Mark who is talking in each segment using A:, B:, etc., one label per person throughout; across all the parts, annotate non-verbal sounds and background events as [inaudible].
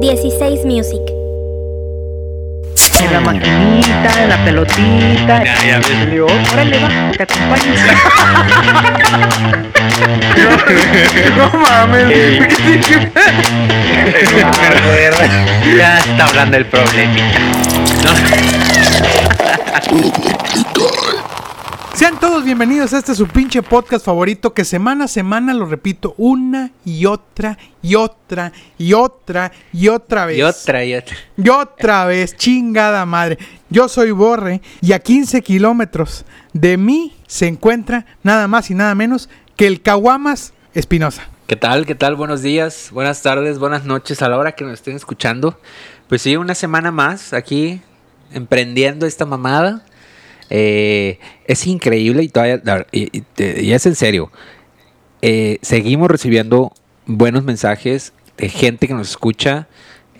A: 16 Music.
B: En la maquinita, en la pelotita.
C: Ya, ya ves.
B: Le digo, órale, va, te acompaño. [laughs] no, no mames.
C: Ya está hablando el problemita.
D: Sean todos bienvenidos a este su pinche podcast favorito que semana a semana lo repito una y otra y otra y otra y otra vez.
C: Y otra, y otra.
D: Y otra vez, chingada madre. Yo soy Borre y a 15 kilómetros de mí se encuentra nada más y nada menos que el Caguamas Espinosa.
C: ¿Qué tal? ¿Qué tal? Buenos días, buenas tardes, buenas noches a la hora que nos estén escuchando. Pues sí, una semana más aquí emprendiendo esta mamada. Eh, es increíble y todavía, la- y, y- te- y es en serio. Eh, seguimos recibiendo buenos mensajes de gente que nos escucha.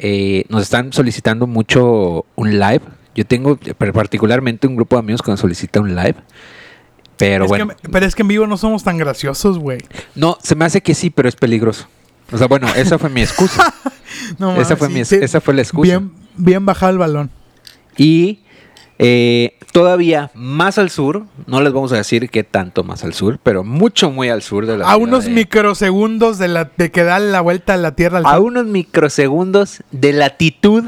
C: Eh, nos están solicitando mucho un live. Yo tengo eh, particularmente un grupo de amigos que nos solicita un live. Pero
D: Es
C: bueno.
D: que- pero es que en vivo no somos tan graciosos, güey.
C: No, se me hace que sí, pero es peligroso. O sea, bueno, esa fue mi excusa.
D: [laughs] No
C: Esa fue mi-
D: te-
C: esa fue la excusa.
D: Bien, bien bajado el balón.
C: Y eh, todavía más al sur, no les vamos a decir qué tanto más al sur, pero mucho muy al sur de la
D: A
C: ciudad
D: unos
C: de-
D: microsegundos de, la, de que da la vuelta a la Tierra. al
C: a unos microsegundos de latitud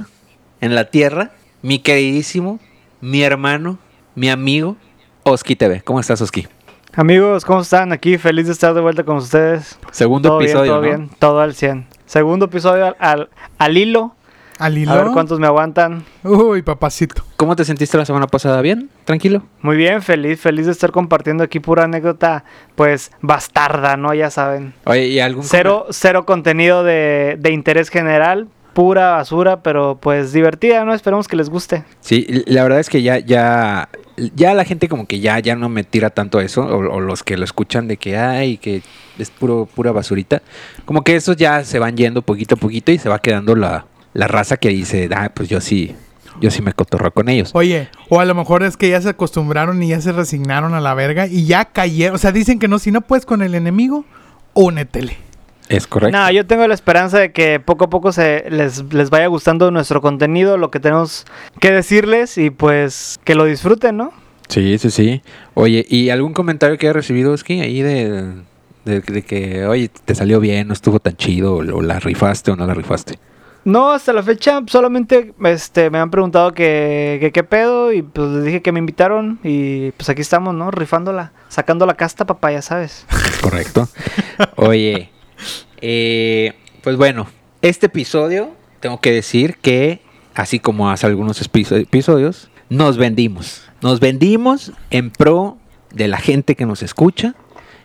C: en la Tierra, mi queridísimo, mi hermano, mi amigo, Oski TV. ¿Cómo estás, Oski?
E: Amigos, ¿cómo están? Aquí feliz de estar de vuelta con ustedes.
C: Segundo
E: Todo bien,
C: episodio,
E: todo
C: ¿no?
E: bien, todo al 100. Segundo episodio al, al, al hilo.
D: Al hilo.
E: A ver cuántos me aguantan.
D: Uy, papacito.
C: ¿Cómo te sentiste la semana pasada? ¿Bien? ¿Tranquilo?
E: Muy bien, feliz, feliz de estar compartiendo aquí pura anécdota, pues bastarda, ¿no? Ya saben.
C: Oye, ¿y algún
E: Cero, cero contenido de, de interés general, pura basura, pero pues divertida, ¿no? Esperemos que les guste.
C: Sí, la verdad es que ya, ya, ya la gente como que ya, ya no me tira tanto eso, o, o los que lo escuchan de que ay, que es puro, pura basurita. Como que esos ya se van yendo poquito a poquito y se va quedando la, la raza que dice, ah, pues yo sí, yo sí me cotorro con ellos.
D: Oye, o a lo mejor es que ya se acostumbraron y ya se resignaron a la verga y ya cayeron. O sea, dicen que no, si no puedes con el enemigo, únetele.
C: Es correcto.
E: No, yo tengo la esperanza de que poco a poco se les, les vaya gustando nuestro contenido, lo que tenemos que decirles y pues que lo disfruten, ¿no?
C: Sí, sí, sí. Oye, ¿y algún comentario que haya recibido, Oski, ahí de, de- de que, oye, te salió bien, no estuvo tan chido, o, o la rifaste o no la rifaste?
E: No, hasta la fecha solamente este, me han preguntado que, que qué pedo y pues les dije que me invitaron y pues aquí estamos, ¿no? Rifándola, sacando la casta, papá, ya sabes.
C: Correcto. Oye, eh, pues bueno, este episodio, tengo que decir que, así como hace algunos episo- episodios, nos vendimos. Nos vendimos en pro de la gente que nos escucha,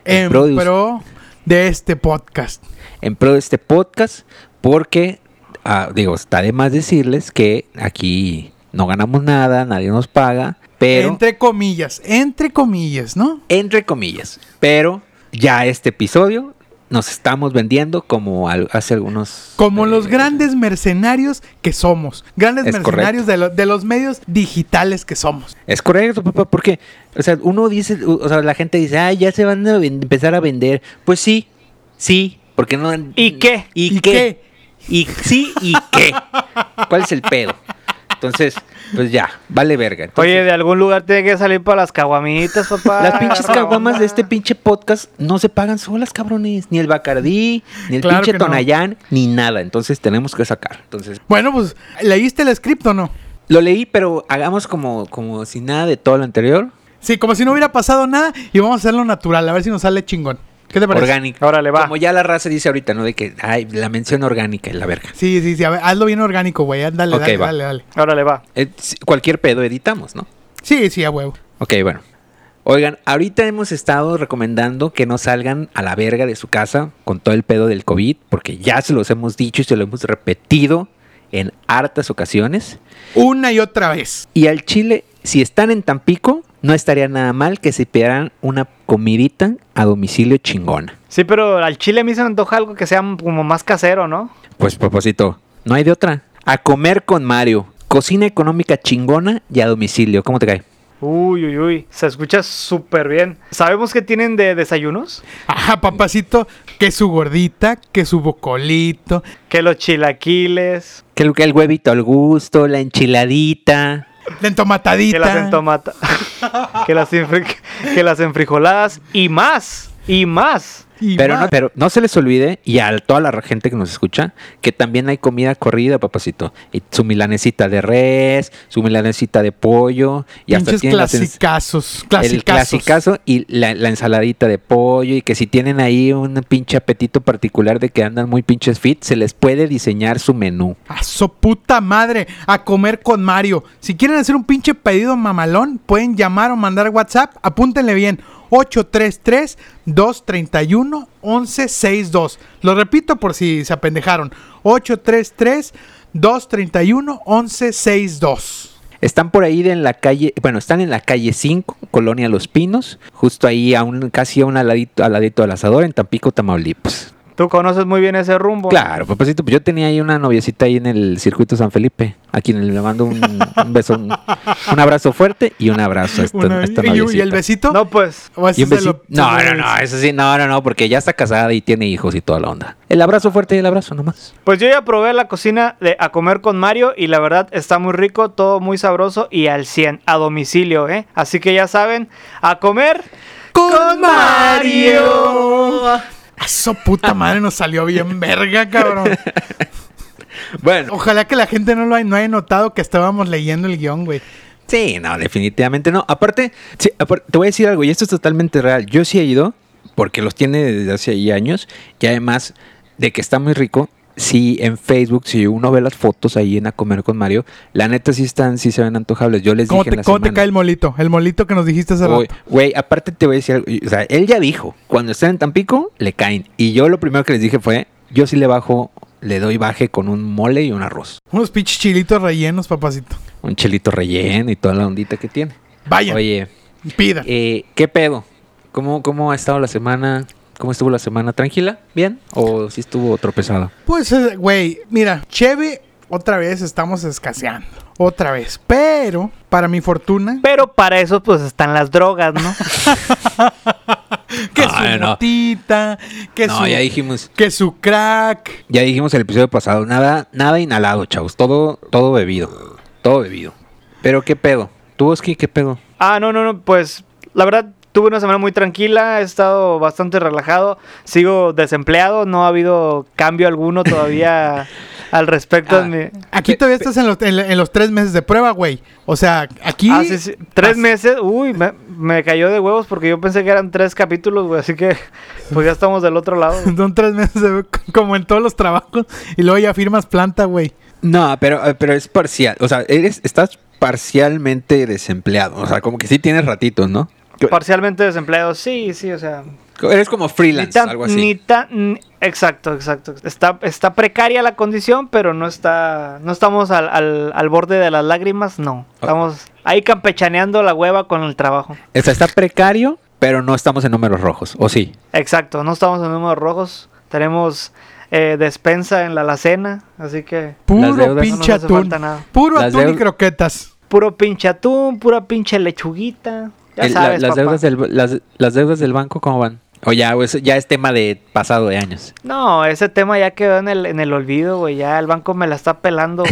C: en,
D: En
C: pro, de,
D: pro Em, de este podcast.
C: en pro de este podcast, porque, ah, digo, está de más decirles que aquí no ganamos nada, nadie nos paga, pero...
D: entre comillas, entre comillas, ¿no?
C: entre comillas. Pero ya este episodio nos estamos vendiendo como al- hace algunos...
D: Como
C: eh,
D: los grandes mercenarios que somos. Grandes
C: Es
D: mercenarios de, lo- de los medios digitales que somos.
C: Es correcto, papá, porque, o sea, uno dice, o sea, la gente dice, ah, ya se van a ven- empezar a vender. Pues sí, sí, porque no...
E: ¿Y qué?
C: ¿Y, qué? ¿Y sí y qué? ¿Cuál es el pedo? Entonces, pues ya, vale verga. Entonces,
E: Oye, de algún lugar tiene que salir para las caguamitas, papá.
D: Ah,
C: Las pinches
E: agarra la
C: caguamas
E: onda.
C: de este pinche podcast no se pagan solas, cabrones. Ni el Bacardí, ni el
D: Claro
C: pinche
D: que no.
C: Tonayán, ni nada. Entonces tenemos que sacar. Entonces,
D: Bueno, pues, ¿leíste el script o no?
C: lo leí, pero hagamos como, como si nada de todo lo anterior.
D: Sí, como si no hubiera pasado nada y vamos a hacerlo natural, a ver si nos sale chingón. ¿Qué te parece?
C: Orgánico.
E: Órale, va.
C: Como ya la raza dice ahorita, ¿no? De que, ay, la mención orgánica y la verga.
D: Sí, sí, sí, a ver, hazlo bien orgánico, güey. Dale,
C: Ok,
D: dale,
C: va.
D: dale, dale.
E: Órale, va.
C: Eh, si- cualquier pedo editamos, ¿no?
D: Sí, sí, a huevo.
C: Ok, bueno. Oigan, ahorita hemos estado recomendando que no salgan a la verga de su casa con todo el pedo del COVID, porque ya se los hemos dicho y se lo hemos repetido en hartas ocasiones.
D: Una y otra vez.
C: Y al Chile, si están en Tampico, no estaría nada mal que se pidieran una comidita a domicilio chingona.
E: Sí, pero al chile a mí se me antoja algo que sea como más casero, ¿no?
C: Pues propósito, no hay de otra. A comer con Mario. Cocina económica chingona y a domicilio. ¿Cómo te cae?
E: Uy, uy, uy. Se escucha súper bien. ¿Sabemos qué tienen de desayunos?
D: Ajá, papacito, que su gordita, que su bocolito.
E: Que los chilaquiles,
C: Que el, que el huevito al gusto, la enchiladita.
D: La entomatadita.
E: que las entomata, [laughs] que las, enfri- que las enfrijoladas y más, y más.
D: Y
C: Pero
D: más.
C: no, pero no se les olvide, y a toda la gente que nos escucha, que también hay comida corrida, papacito. Y su milanesita de res, su milanesita de pollo, y hasta
D: Pinches
C: tienen las ens-
D: clasicazos,
C: el
D: clasicazos.
C: clasicazo y la, la ensaladita de pollo. Y que si tienen ahí un pinche apetito particular de que andan muy pinches fit, se les puede diseñar su menú.
D: A su puta madre, a comer con Mario. Si quieren hacer un pinche pedido mamalón, pueden llamar o mandar WhatsApp. Apúntenle bien. 833-231-1162. Lo repito por si se apendejaron. 833-231-1162.
C: Están por ahí de en la calle, bueno, están en la calle 5, Colonia Los Pinos, justo ahí a un, casi a un aladito, al ladito del asador en Tampico, Tamaulipas.
E: Tú conoces muy bien ese rumbo.
C: Claro, papacito, pues yo tenía ahí una noviecita ahí en el circuito San Felipe, a quien le mando un, un beso, un, un abrazo fuerte y un abrazo a esta,
D: [laughs] Una-
C: a esta
D: y- y, el
C: noviecita.
D: besito?
E: No, pues,
D: ¿O ese
C: Y un
D: se lo-
C: besito. No,
D: se lo-
C: no, no, eso sí, no, no, no, porque ya está casada y tiene hijos y toda la onda. El abrazo fuerte y el abrazo nomás.
E: pues yo ya probé la cocina de a comer con Mario y la verdad está muy rico, todo muy sabroso y al 100, a domicilio, ¿eh? Así que ya saben, a comer con Mario.
D: A su puta madre nos salió bien verga, cabrón.
C: Bueno,
D: Ojalá que la gente no lo haya, no haya notado que estábamos leyendo el guión, güey.
C: sí, no, definitivamente no. Aparte, sí, apar- te voy a decir algo, y esto es totalmente real. Yo sí he ido, porque los tiene desde hace ahí años, y además de que está muy rico. Sí, en Facebook, si uno ve las fotos ahí en A Comer con Mario, la neta sí están, sí se ven antojables. Yo les
D: ¿Cómo,
C: dije en
D: te,
C: la
D: cómo te
C: semana.
D: cae el molito? El molito que nos dijiste hace
C: Güey,
D: rato.
C: güey, aparte te voy a decir algo. O sea, él ya dijo, cuando estén en Tampico, le caen. Y yo lo primero que les dije fue, yo sí le bajo, le doy baje con un mole y un arroz.
D: Unos pinches chilitos rellenos, papacito.
C: Un chilito relleno y toda la ondita que tiene.
D: Vayan,
C: Oye,
D: pidan.
C: eh, ¿qué pedo? ¿Cómo, ¿Cómo ha estado la semana? ¿Cómo estuvo la semana? ¿Tranquila? ¿Bien? ¿O sí estuvo tropezada?
D: Pues, eh, güey, mira, Cheve, otra vez estamos escaseando. Otra vez. Pero, para mi fortuna,
E: Pero para eso pues están las drogas, ¿no?
D: que
C: Ay,
D: su
C: no.
D: motita, que
C: No,
D: su...
C: ya dijimos.
D: Que su crack.
C: Ya dijimos el episodio pasado, nada, nada inhalado, chavos. Todo, todo bebido. Todo bebido. Pero ¿qué pedo? ¿Tú, Oski, qué pedo?
E: Ah, no, no, no, pues la verdad tuve una semana muy tranquila, he estado bastante relajado, sigo desempleado, no ha habido cambio alguno todavía al respecto.
C: Ah,
E: en mi-
D: Aquí
C: Pe-
D: todavía estás en los, en, en los tres meses de prueba, güey. O sea, aquí...
E: Ah, sí, sí, Tres
D: Así-
E: meses, uy, me, me cayó de huevos porque yo pensé que eran tres capítulos, güey, así que pues ya estamos del otro lado.
D: [laughs]
E: güey.
D: Son tres meses de- como en todos los trabajos y luego ya firmas planta, güey.
C: No, pero, eh, pero es parcial. O sea, eres, estás parcialmente desempleado. O sea, como que sí tienes ratitos, ¿no?
E: Parcialmente desempleado, sí, sí, o sea.
C: Eres como
E: Ni
C: freelance,
E: tan,
C: algo así.
E: ni tan- ni- exacto, exacto. Está, está precaria la condición, pero no está, no estamos al, al- al borde de las lágrimas, no. Estamos ahí campechaneando la hueva con el trabajo.
C: O sea, está precario, pero no estamos en números rojos. ¿O sí?
E: Exacto, no estamos en números rojos, tenemos eh, despensa en la alacena, así que
C: Las
D: Puro
C: deudas-
D: pinche
E: No nos hace
D: atún.
E: falta nada.
D: Puro
C: Las
D: atún y
C: deu-
D: croquetas.
E: puro pinche atún, pura pinche lechuguita. Ya
C: El- la-
E: sabes,
C: las,
E: papá.
C: Deudas del, las, las deudas del banco, ¿cómo van? O ya, o eso ya es tema de pasado de años.
E: No, ese tema ya quedó en el, en el olvido, güey. Ya el banco me la está pelando,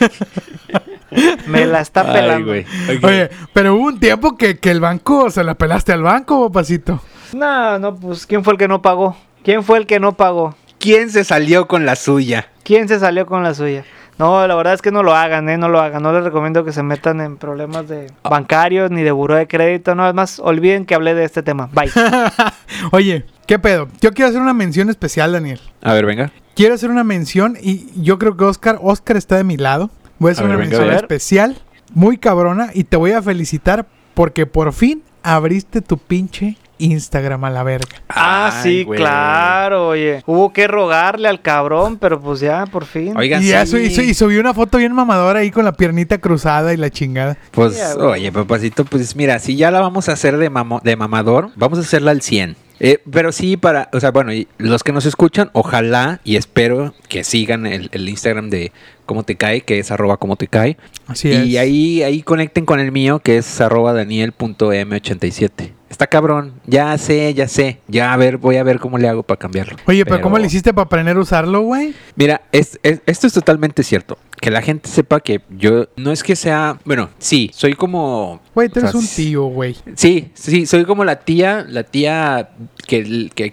C: [laughs]
E: güey. me la está
C: Ay,
E: pelando.
C: güey. Ok.
D: Oye, pero hubo un tiempo que, que el banco se la pelaste al banco, papacito. [laughs]
E: No, no, pues, ¿quién fue el que no pagó? ¿Quién fue el que no pagó?
C: ¿Quién se salió con la suya?
E: ¿Quién se salió con la suya? No, la verdad es que no lo hagan, ¿eh? No lo hagan. No les recomiendo que se metan en problemas de
C: Ah.
E: bancarios ni de buró de crédito. No, además, olviden que hablé de este tema.
C: [laughs]
E: Bye.
D: Oye, ¿qué pedo? Yo quiero hacer una mención especial, Daniel.
C: A ver, venga.
D: Quiero hacer una mención y yo creo que Oscar, Oscar está de mi lado. Voy a hacer
C: A ver,
D: una
C: venga,
D: mención
E: a ver.
D: especial, muy cabrona, y te voy a felicitar porque por fin abriste tu pinche Instagram a la verga.
E: Ah,
C: Ay,
E: sí,
C: güey.
E: claro, oye. Hubo que rogarle al cabrón, pero pues ya, por fin.
C: Oigan,
D: y, ya
C: sí.
D: su- y su- y subí una foto bien mamadora ahí con la piernita cruzada y la chingada.
C: Pues,
E: Ya, güey.
C: oye, papacito, pues mira, si ya la vamos a hacer de, mamo- de mamador, vamos a hacerla al 100. Eh, pero sí, para, o sea, bueno, y los que nos escuchan, ojalá y espero que sigan el, el Instagram de cómo te cae, que es arroba cómo te cae.
D: Así es.
C: y ahí, ahí conecten con el mío, que es arroba daniel.m87. Está cabrón, ya sé, ya sé. Ya a ver, voy a ver cómo le hago para cambiarlo.
D: Oye, pero, ¿cómo le hiciste para aprender a usarlo, güey?
C: Mira, es- es- esto es totalmente cierto. Que la gente sepa que yo no es que sea, bueno, sí, soy como
D: Güey, tú
C: O sea,
D: eres un
C: sí.
D: tío, güey.
C: Sí, sí, soy como la tía, la tía que, que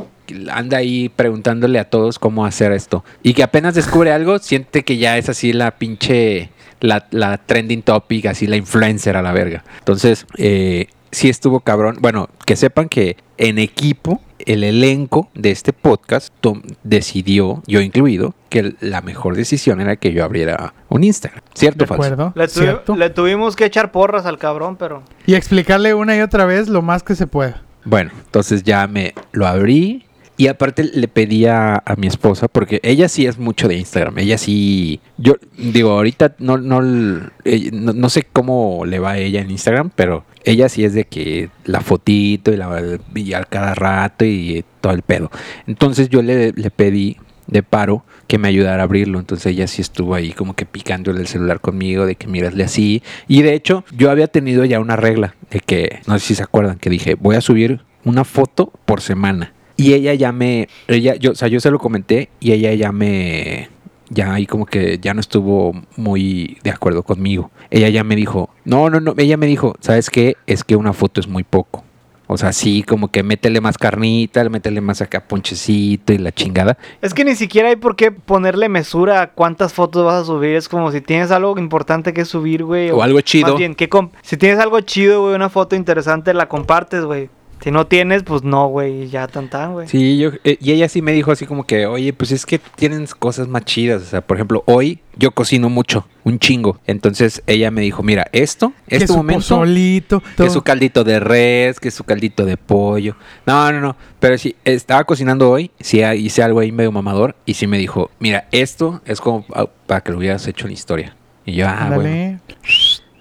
C: anda ahí preguntándole a todos cómo hacer esto. Y que apenas descubre algo, siente que ya es así la pinche, la, la trending topic, así la influencer a la verga. Entonces, eh, sí estuvo cabrón. Bueno, que sepan que en equipo, el elenco de este podcast tom- decidió, yo incluido, que la mejor decisión era que yo abriera un Instagram. ¿Cierto
D: ¿De
C: o falso?
D: acuerdo?
E: Le, tuvi-
D: ¿Cierto?
E: le tuvimos que echar porras al cabrón, pero.
D: Y explicarle una y otra vez lo más que se pueda.
C: Bueno, entonces ya me lo abrí y aparte le pedí a, a mi esposa porque ella sí es mucho de Instagram, ella sí, yo digo, ahorita no, no, l- eh, no, no sé cómo le va a ella en Instagram, pero ella sí es de que la fotito y, la, y al cada rato y todo el pedo. Entonces yo le, le pedí de paro que me ayudara a abrirlo. Entonces ella sí estuvo ahí como que picándole el celular conmigo de que mirasle así. Y de hecho yo había tenido ya una regla de que, no sé si se acuerdan, que dije voy a subir una foto por semana. Y ella ya me, ella, yo, o sea, yo se lo comenté y ella ya me, ya ahí como que ya no estuvo muy de acuerdo conmigo. Ella ya me dijo, no, no, no, ella me dijo, ¿sabes qué? Es que una foto es muy poco. O sea, sí, como que métele más carnita, métele más acá ponchecito y la chingada.
E: Es que ni siquiera hay por qué ponerle mesura a cuántas fotos vas a subir. Es como si tienes algo importante que subir, güey.
C: O algo chido.
E: Más bien, que comp- si tienes algo chido, güey, una foto interesante, la compartes, güey. Si no tienes, pues no, güey. y Ya tan tan, güey.
C: Sí, yo, eh, y ella sí me dijo así como que, oye, pues es que tienen cosas más chidas. O sea, por ejemplo, hoy yo cocino mucho, un chingo. Entonces ella me dijo, mira, esto,
D: que
C: este
D: su
C: momento,
D: pozolito,
C: que
D: todo.
C: su caldito de res, que su caldito de pollo. No, no, no. Pero sí, estaba cocinando hoy, sí ah, hice algo ahí medio mamador. Y sí me dijo, mira, esto es como pa- para que lo hubieras hecho en historia. Y yo, ah, bueno.
D: Ándale.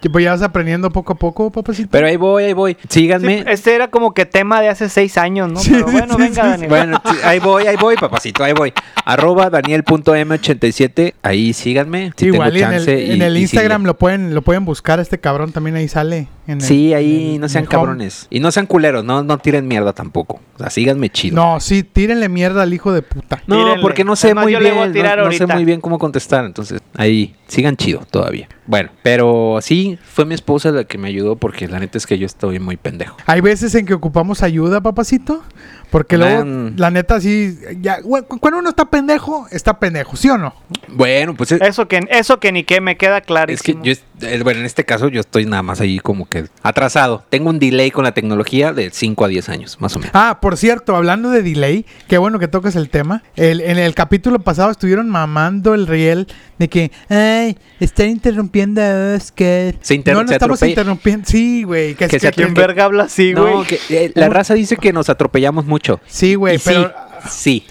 D: Y Pues ya vas aprendiendo poco a poco, papacito.
C: Pero ahí voy, ahí voy.
E: Sí,
C: Síganme.
E: este era como que tema de hace seis años, ¿no?
D: Sí,
E: Pero
D: sí,
E: bueno,
D: sí,
E: venga,
D: sí,
E: Daniel.
C: Bueno, sí, ahí voy, ahí voy, papacito, ahí voy. Arroba daniel.m87, ahí síganme. si tengo
D: Igual y en el,
C: chance, y-
D: en el
C: y
D: Instagram
C: síguenme.
D: lo pueden lo pueden buscar, este cabrón también ahí sale. en el-
C: Sí,
D: en
C: ahí
D: el-
C: no
D: en
C: sean
D: el home.
C: cabrones. Y no sean culeros, no, no tiren mierda tampoco. O sea, síganme chido.
D: No, sí, tírenle mierda al hijo de puta.
C: No,
E: Tírenle.
C: porque no sé
E: Es más,
C: muy
E: yo le
C: bien.
E: voy a tirar
C: no, no sé
E: ahorita.
C: muy bien cómo contestar. Entonces, ahí, sigan chido todavía. Bueno, pero sí, fue mi esposa la que me ayudó porque la neta es que yo estoy muy pendejo.
D: Hay veces en que ocupamos ayuda, papacito, porque luego,
C: Man.
D: la neta, sí, ya, güey, cu- cuando uno está pendejo, está pendejo, ¿sí o no?
C: Bueno, pues es,
E: Eso que, eso que ni qué, me queda
C: es que
E: clarísimo.
C: yo, es- eh, bueno, en este caso yo estoy nada más ahí como que atrasado. Tengo un delay con la tecnología de 5 a 10 años, más o menos.
D: Ah, por cierto, hablando de delay, qué bueno que tocas el tema. El- en el capítulo pasado estuvieron mamando el riel de que, ay, están interrumpiendo a Oscar.
C: Se inter-
D: no, no
C: se
D: estamos
C: atropella.
D: interrumpiendo. Sí, güey. Que, es
C: Que se
D: que-
E: ¿Quién
C: atropella.
D: que-
E: verga habla así, güey?
C: No, que, eh, la raza dice que nos atropellamos mucho.
D: Sí, güey,
C: Y
D: pero...
C: Sí. sí.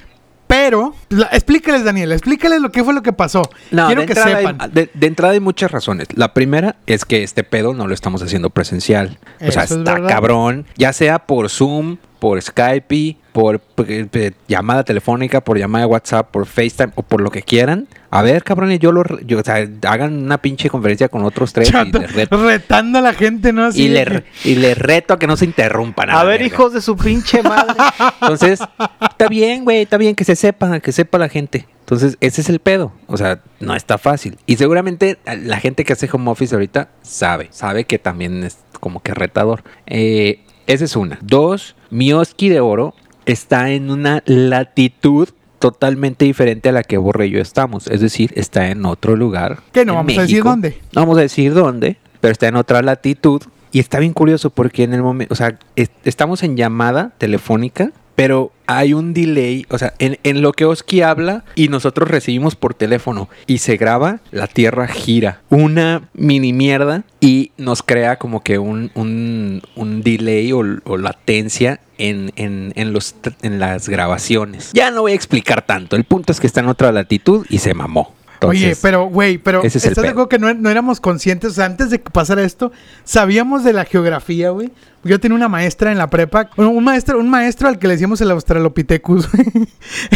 D: Pero, la- explícales, Daniel, explícales lo que fue lo que pasó.
C: No,
D: Quiero
C: de,
D: que
C: entrada hay,
D: sepan.
C: de- de entrada hay muchas razones. La primera es que este pedo no lo estamos haciendo presencial. O sea,
D: Eso es
C: está
D: verdad.
C: cabrón. Ya sea por Zoom, por Skype, por, p- p- llamada telefónica, por llamada de WhatsApp, por FaceTime o por lo que quieran. A ver, cabrones, yo lo. re- yo- o sea, hagan una pinche conferencia con otros tres y
D: Chato,
C: les
D: [laughs]
C: reto.
D: retando a la gente, ¿no? Así
C: Y
D: de
C: le,
D: que-
C: re- y le reto a que no se interrumpan. la
E: a ver,
C: verga.
E: hijos de su
C: [laughs]
E: pinche madre.
C: Entonces, está bien, güey, está bien que se sepa, que sepa la gente. Entonces, ese es el pedo. O sea, no está fácil. Y seguramente a- la gente que hace home office ahorita sabe, sabe que también es como que retador. Eh, esa es una. Dos, Mioski de Oro está en una latitud totalmente diferente a la que Borre y yo estamos. Es decir, está en otro lugar.
D: Que no
C: en
D: vamos a decir dónde.
C: No vamos a decir dónde, pero está en otra latitud. Y está bien curioso porque en el momento, o sea, es- estamos en llamada telefónica, pero hay un delay, o sea, en, en lo que Oski habla y nosotros recibimos por teléfono y se graba, la Tierra gira. Una mini mierda y nos crea como que un, un, un delay o, o latencia en, en, en los, tr- en las grabaciones. Ya no voy a explicar tanto, el punto es que está en otra latitud y se mamó.
D: Oye,
C: Entonces-
D: pero, güey, pero
C: ese es el
D: ¿estás de
C: pedo.
D: acuerdo que no, no éramos conscientes? O sea, antes de que pasara esto, sabíamos de la geografía, güey. Yo tenía una maestra en la prepa, bueno, un maestro, un maestro al que le decíamos el Australopithecus, [laughs] güey,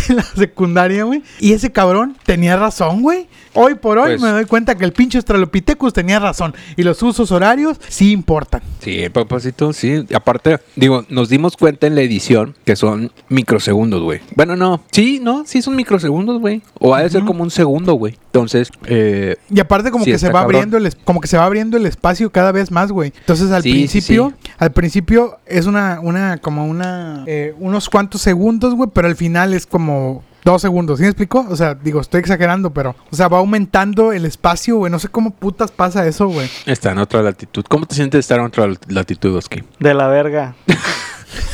D: en la secundaria, güey. Y ese cabrón tenía razón, güey. Hoy por hoy
C: Pues-
D: me doy cuenta que el pinche Australopithecus tenía razón. Y los usos horarios sí importan.
C: Sí, papacito, sí. Y Aparte, digo, nos dimos cuenta en la edición que son microsegundos, güey. Bueno, no. Sí, no, sí son microsegundos, güey. O ha de ser como un segundo, güey. Entonces, eh,
D: Y aparte como
C: Sí,
D: que se
C: está
D: va
C: cabrón.
D: abriendo el es- como que se va abriendo el espacio cada vez más, güey. Entonces al
C: Sí, sí,
D: principio, al principio es una una como una eh, unos cuantos segundos, güey, pero al final es como Dos segundos, ¿sí me explico? O sea, digo, estoy exagerando, pero... O sea, va aumentando el espacio, güey. No sé cómo putas pasa eso, güey.
C: está en otra latitud. ¿Cómo te sientes de estar en otra latitud, Oski?
E: De la verga.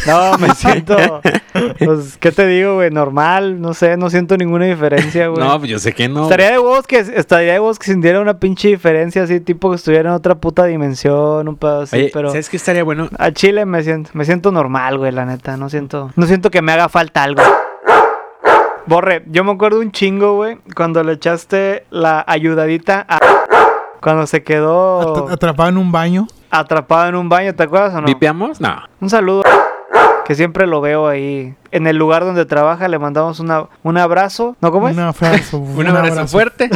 E: No, me siento. Pues, ¿qué te digo, güey? Normal, no sé, no siento
C: [laughs]
E: ninguna diferencia, güey.
C: No, pues yo sé que no.
E: Estaría de huevos que estaría de huevos que sintiera una pinche diferencia así, tipo que estuviera en otra puta dimensión, un pedo así,
C: Oye,
E: pero
C: ¿sabes qué estaría bueno?
E: a Chile me siento, me siento normal, güey, la neta, no siento, no siento que me haga falta algo. Borre, yo me acuerdo un chingo, güey, cuando le echaste la ayudadita a cuando se
D: At-
E: quedó
D: atrapado en un baño.
E: atrapado en un baño, ¿te acuerdas o no?
C: ¿Vipeamos? No.
E: Un saludo que siempre lo veo ahí en el lugar donde trabaja, le mandamos una, un abrazo, ¿no cómo es?
D: Un abrazo.
C: Un abrazo,
E: [laughs]
C: fuerte.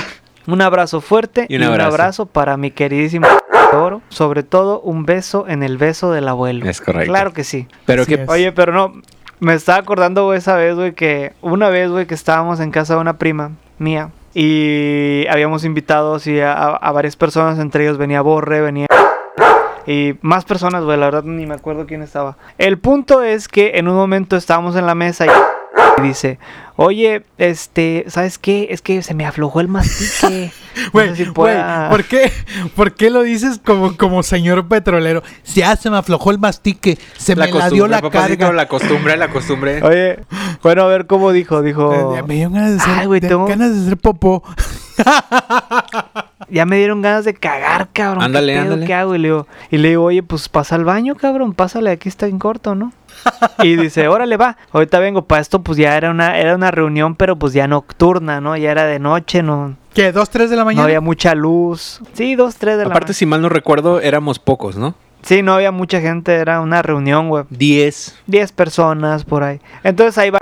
E: Un abrazo fuerte y un, abrazo. para mi queridísimo [laughs] oro. Sobre todo un beso en el beso del abuelo.
C: Es correcto.
E: Claro que sí.
C: Pero
D: Así
C: que...
D: es.
E: Oye, pero no, me estaba acordando güey, esa vez, güey, que una vez, güey, que estábamos en casa de una prima mía y habíamos invitado sí, a, a varias personas, entre ellos venía Borre, venía... Y más personas, güey, la verdad ni me acuerdo quién estaba. El punto es que en un momento estábamos en la mesa y... y dice, oye, este, ¿sabes qué? Es que se me aflojó
D: [laughs]
E: el mastique. No
D: Güey,
E: sé si
D: güey,
E: pueda-
D: ¿por qué, ¿por qué lo dices como, como señor petrolero? Si ah, se me aflojó el mastique, se me la dio la
C: papacito,
D: carga.
C: La costumbre, la costumbre.
E: Oye, bueno, a ver cómo dijo, dijo...
D: Eh, Me dieron ganas de hacer,
E: Ay, güey,
D: de-
E: tengo-
D: ganas de hacer popó.
E: ya me dieron ganas de cagar, cabrón. ¿Qué
C: Ándale,
E: pedo?
C: ándale.
E: ¿Qué hago? Y le, digo, y le digo, oye, pues pasa al baño, cabrón, pásale, aquí está en corto, ¿no? Y dice, órale, va, ahorita vengo. Para esto, pues ya era una, era una reunión, pero pues ya nocturna, ¿no? Ya era de noche, no,
D: [laughs] ¿Qué? ¿Dos, tres de la
E: no
D: mañana?
E: había mucha luz. Sí, dos, tres de la
C: Aparte,
E: ma-
C: si mal no recuerdo, éramos pocos, ¿no?
E: Sí, no había mucha gente, era una reunión, güey.
C: Diez.
E: 10 personas por ahí. Entonces ahí va.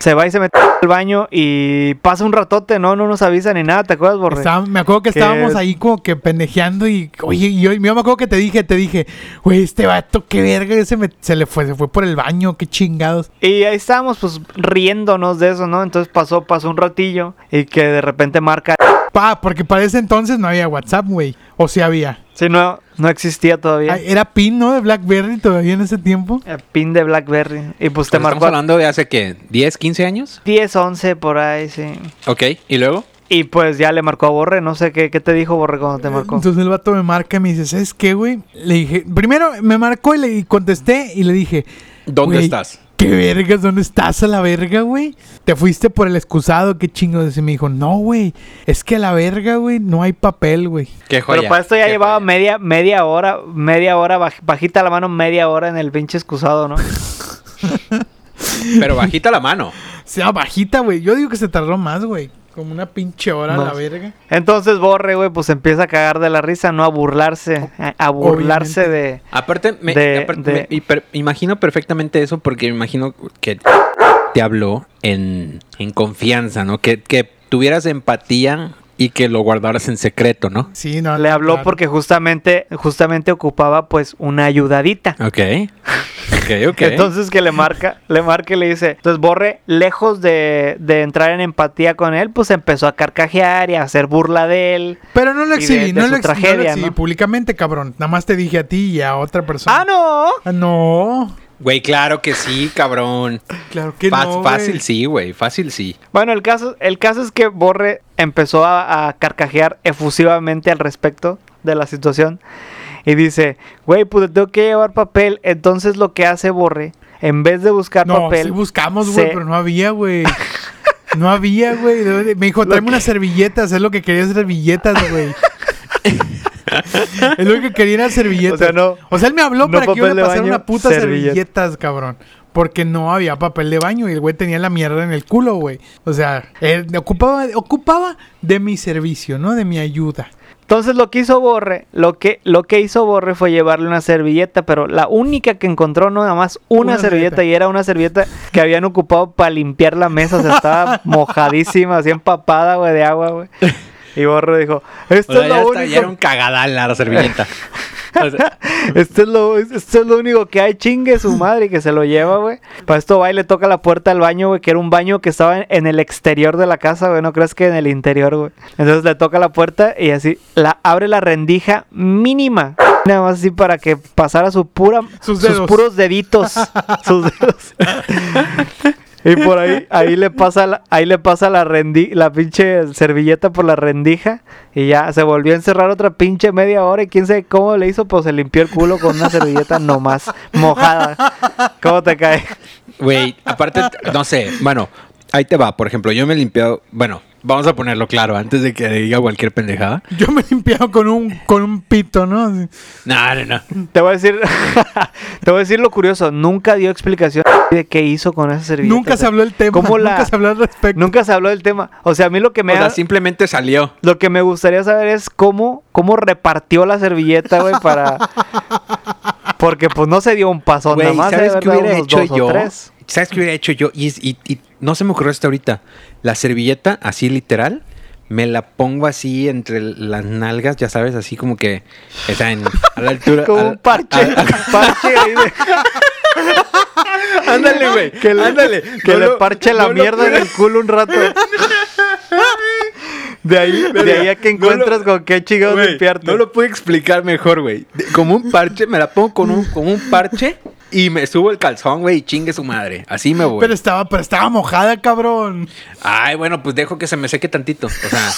E: Se va y se mete al baño y pasa un ratote, ¿no? No nos avisa ni nada, ¿te acuerdas, Borre?
D: Estaba- me acuerdo que
E: Que-
D: estábamos ahí como que pendejeando y oye, y yo, yo me acuerdo que te dije, te dije, güey, este vato, qué verga, se, me- se le fue, se fue por el baño, qué chingados.
E: Y ahí estábamos pues riéndonos de eso, ¿no? Entonces pasó, pasó un ratillo y que de repente marca...
D: Pa, porque para ese entonces no había WhatsApp, güey. O sí había.
E: Sí, no, no existía todavía.
D: Ah, Era pin, ¿no? De Blackberry todavía en ese tiempo.
E: El pin de BlackBerry. Y pues te
C: Estamos
E: marcó
C: hablando de hace, ¿qué? ¿10, 15 años?
E: 10, 11 por ahí, sí.
C: Ok, ¿y luego?
E: Y pues ya le marcó a Borre, no sé qué, qué te dijo Borre cuando te marcó.
D: Entonces el vato me marca y me dice, ¿sabes qué, güey? Le dije, primero me marcó y le y contesté y le dije,
C: ¿Dónde
D: "Güey,
C: estás?
D: ¿Qué vergas? ¿Dónde estás a la verga, güey? Te fuiste por el excusado, qué chingos. Y me dijo, no, güey, es que a la verga, güey, no hay papel, güey.
C: Qué joya.
E: Pero para esto ya
C: qué
E: llevaba
C: joya.
E: media, media hora, media hora, baj- bajita la mano, media hora en el pinche excusado, ¿no?
C: Pero bajita la mano.
D: Sea bajita, güey. Yo digo que se tardó más, güey. Como una pinche hora a la
E: Más.
D: verga.
E: Entonces Borre, güey, pues empieza a cagar de la risa, no a burlarse, a, a burlarse de...
C: Aparte, me,
E: De-
C: aparte,
E: de-
C: me- y per- imagino perfectamente eso porque imagino que te habló en, en confianza, ¿no? Que, que tuvieras empatía y que lo guardaras en secreto, ¿no?
D: Sí, no.
E: Le
D: no,
E: habló
D: claro.
E: porque justamente, justamente ocupaba pues una ayudadita.
C: Ok. Ok,
E: [laughs]
C: ok.
E: Entonces que le marca, le marca y le dice, entonces Borre, lejos de, de entrar en empatía con él, pues empezó a carcajear y a hacer burla de él.
D: Pero no lo
E: y de-
D: exhibí,
E: de
D: no,
E: su
D: lo exhibí no lo
E: tragedia,
D: exhibí
E: ¿no?
D: públicamente, cabrón. Nada más te dije a ti y a otra persona.
E: ¡Ah, no!
D: Ah, no.
C: Güey, claro que sí, cabrón.
D: Claro que
C: Fá-
D: no.
C: fácil
D: güey.
C: sí, güey. Fácil sí.
E: Bueno, el caso, el caso es que Borre empezó a, a carcajear efusivamente al respecto de la situación. Y dice, güey, pues te tengo que llevar papel. Entonces lo que hace Borre, en vez de buscar
D: No,
E: papel,
D: sí buscamos, güey,
E: se-
D: pero no había,
E: [laughs]
D: güey. No había, güey. De- de- Me dijo, tráeme unas servilletas. Es lo que quería, servilletas,
E: [laughs]
D: güey. es lo que quería, eran servilletas.
E: O sea, no-
D: O sea, él me habló
E: no
D: para que yo
E: papel
D: le
E: de
D: pasara
E: baño,
D: una puta
E: servilleta.
D: servilletas, cabrón. Porque no había papel de baño y el güey tenía la mierda en el culo, güey. O sea, él ocupaba, ocupaba de mi servicio, ¿no? De mi ayuda.
E: Entonces lo que hizo Borre, lo que, lo que hizo Borre fue llevarle una servilleta, pero la única que encontró no nada más una,
D: Una
E: servilleta,
D: servilleta.
E: y era una servilleta que habían ocupado para limpiar la mesa, o
C: [laughs]
E: sea, estaba mojadísima, así empapada, güey, de agua, güey. Y Borre dijo, esto
C: O sea,
E: es
C: ya,
E: lo
C: está- ya era un
E: único,
C: cagadal la servilleta. O sea,
E: esto es lo, esto es lo único que hay, chingue su madre, y que se lo lleva, güey. Para esto va y le toca la puerta al baño, güey, que era un baño que estaba en, en el exterior de la casa, güey, no crees que en el interior, güey. Entonces le toca la puerta y así, la abre la rendija mínima, nada más así para que pasara su pura,
D: Sus dedos.
E: puros
D: [laughs]
E: deditos, sus dedos. Y por ahí, ahí
D: [laughs]
E: le pasa la, ahí le pasa la rendi, la pinche servilleta por la rendija y ya se volvió a encerrar otra pinche media hora y quién sabe cómo le hizo, pues se limpió el culo con una servilleta
D: [laughs]
E: nomás mojada. ¿Cómo te cae?
C: Güey, aparte, no sé, bueno, ahí te va. Por ejemplo, yo me he limpiado, bueno, vamos a ponerlo claro antes de que diga cualquier pendejada.
D: Yo me he limpiado con un, con un pito, ¿no? Así.
C: No, no, no.
E: Te voy a decir, [laughs] te voy a decir lo curioso, nunca dio explicación de qué hizo con esa servilleta.
D: Nunca
E: O
D: se
E: sea,
D: habló el tema.
E: ¿cómo la-
D: Nunca se habló al respecto.
E: Nunca se habló del tema. O sea, a mí lo que me
C: o sea,
E: da-
C: simplemente salió.
E: Lo que me gustaría saber es cómo, cómo repartió la servilleta, güey,
D: [laughs]
E: para. Porque pues no se dio un paso
C: Güey,
E: nada más.
C: ¿sabes
E: debe
C: qué
E: haber
C: hubiera
E: unos
C: hecho
E: dos o
C: yo?
E: tres.
C: ¿Sabes qué hubiera hecho yo? Y, y- y no se me ocurrió hasta ahorita. La servilleta, así literal, me la pongo así entre las nalgas, ya sabes, así como que está en, a la altura.
E: Como
C: al-
E: un parche,
C: al- al-
E: un parche ahí de-
C: [laughs] ándale, güey.
E: [laughs] que le,
C: ándale.
E: que
C: No
E: le
C: lo-
E: parche la
C: no lo
E: mierda en
C: pude-
E: el culo
C: [laughs]
E: un rato. De ahí, de ahí a que
C: No lo-
E: encuentras con qué chingados
C: Güey,
E: limpiarte.
C: No lo pude explicar mejor, güey. De- Como un parche, me la pongo con un, con un parche y me subo el calzón, güey, y chingue su madre. Así me voy.
D: Pero estaba, pero estaba mojada, cabrón.
C: Ay, bueno, pues dejo que se me seque tantito. O sea,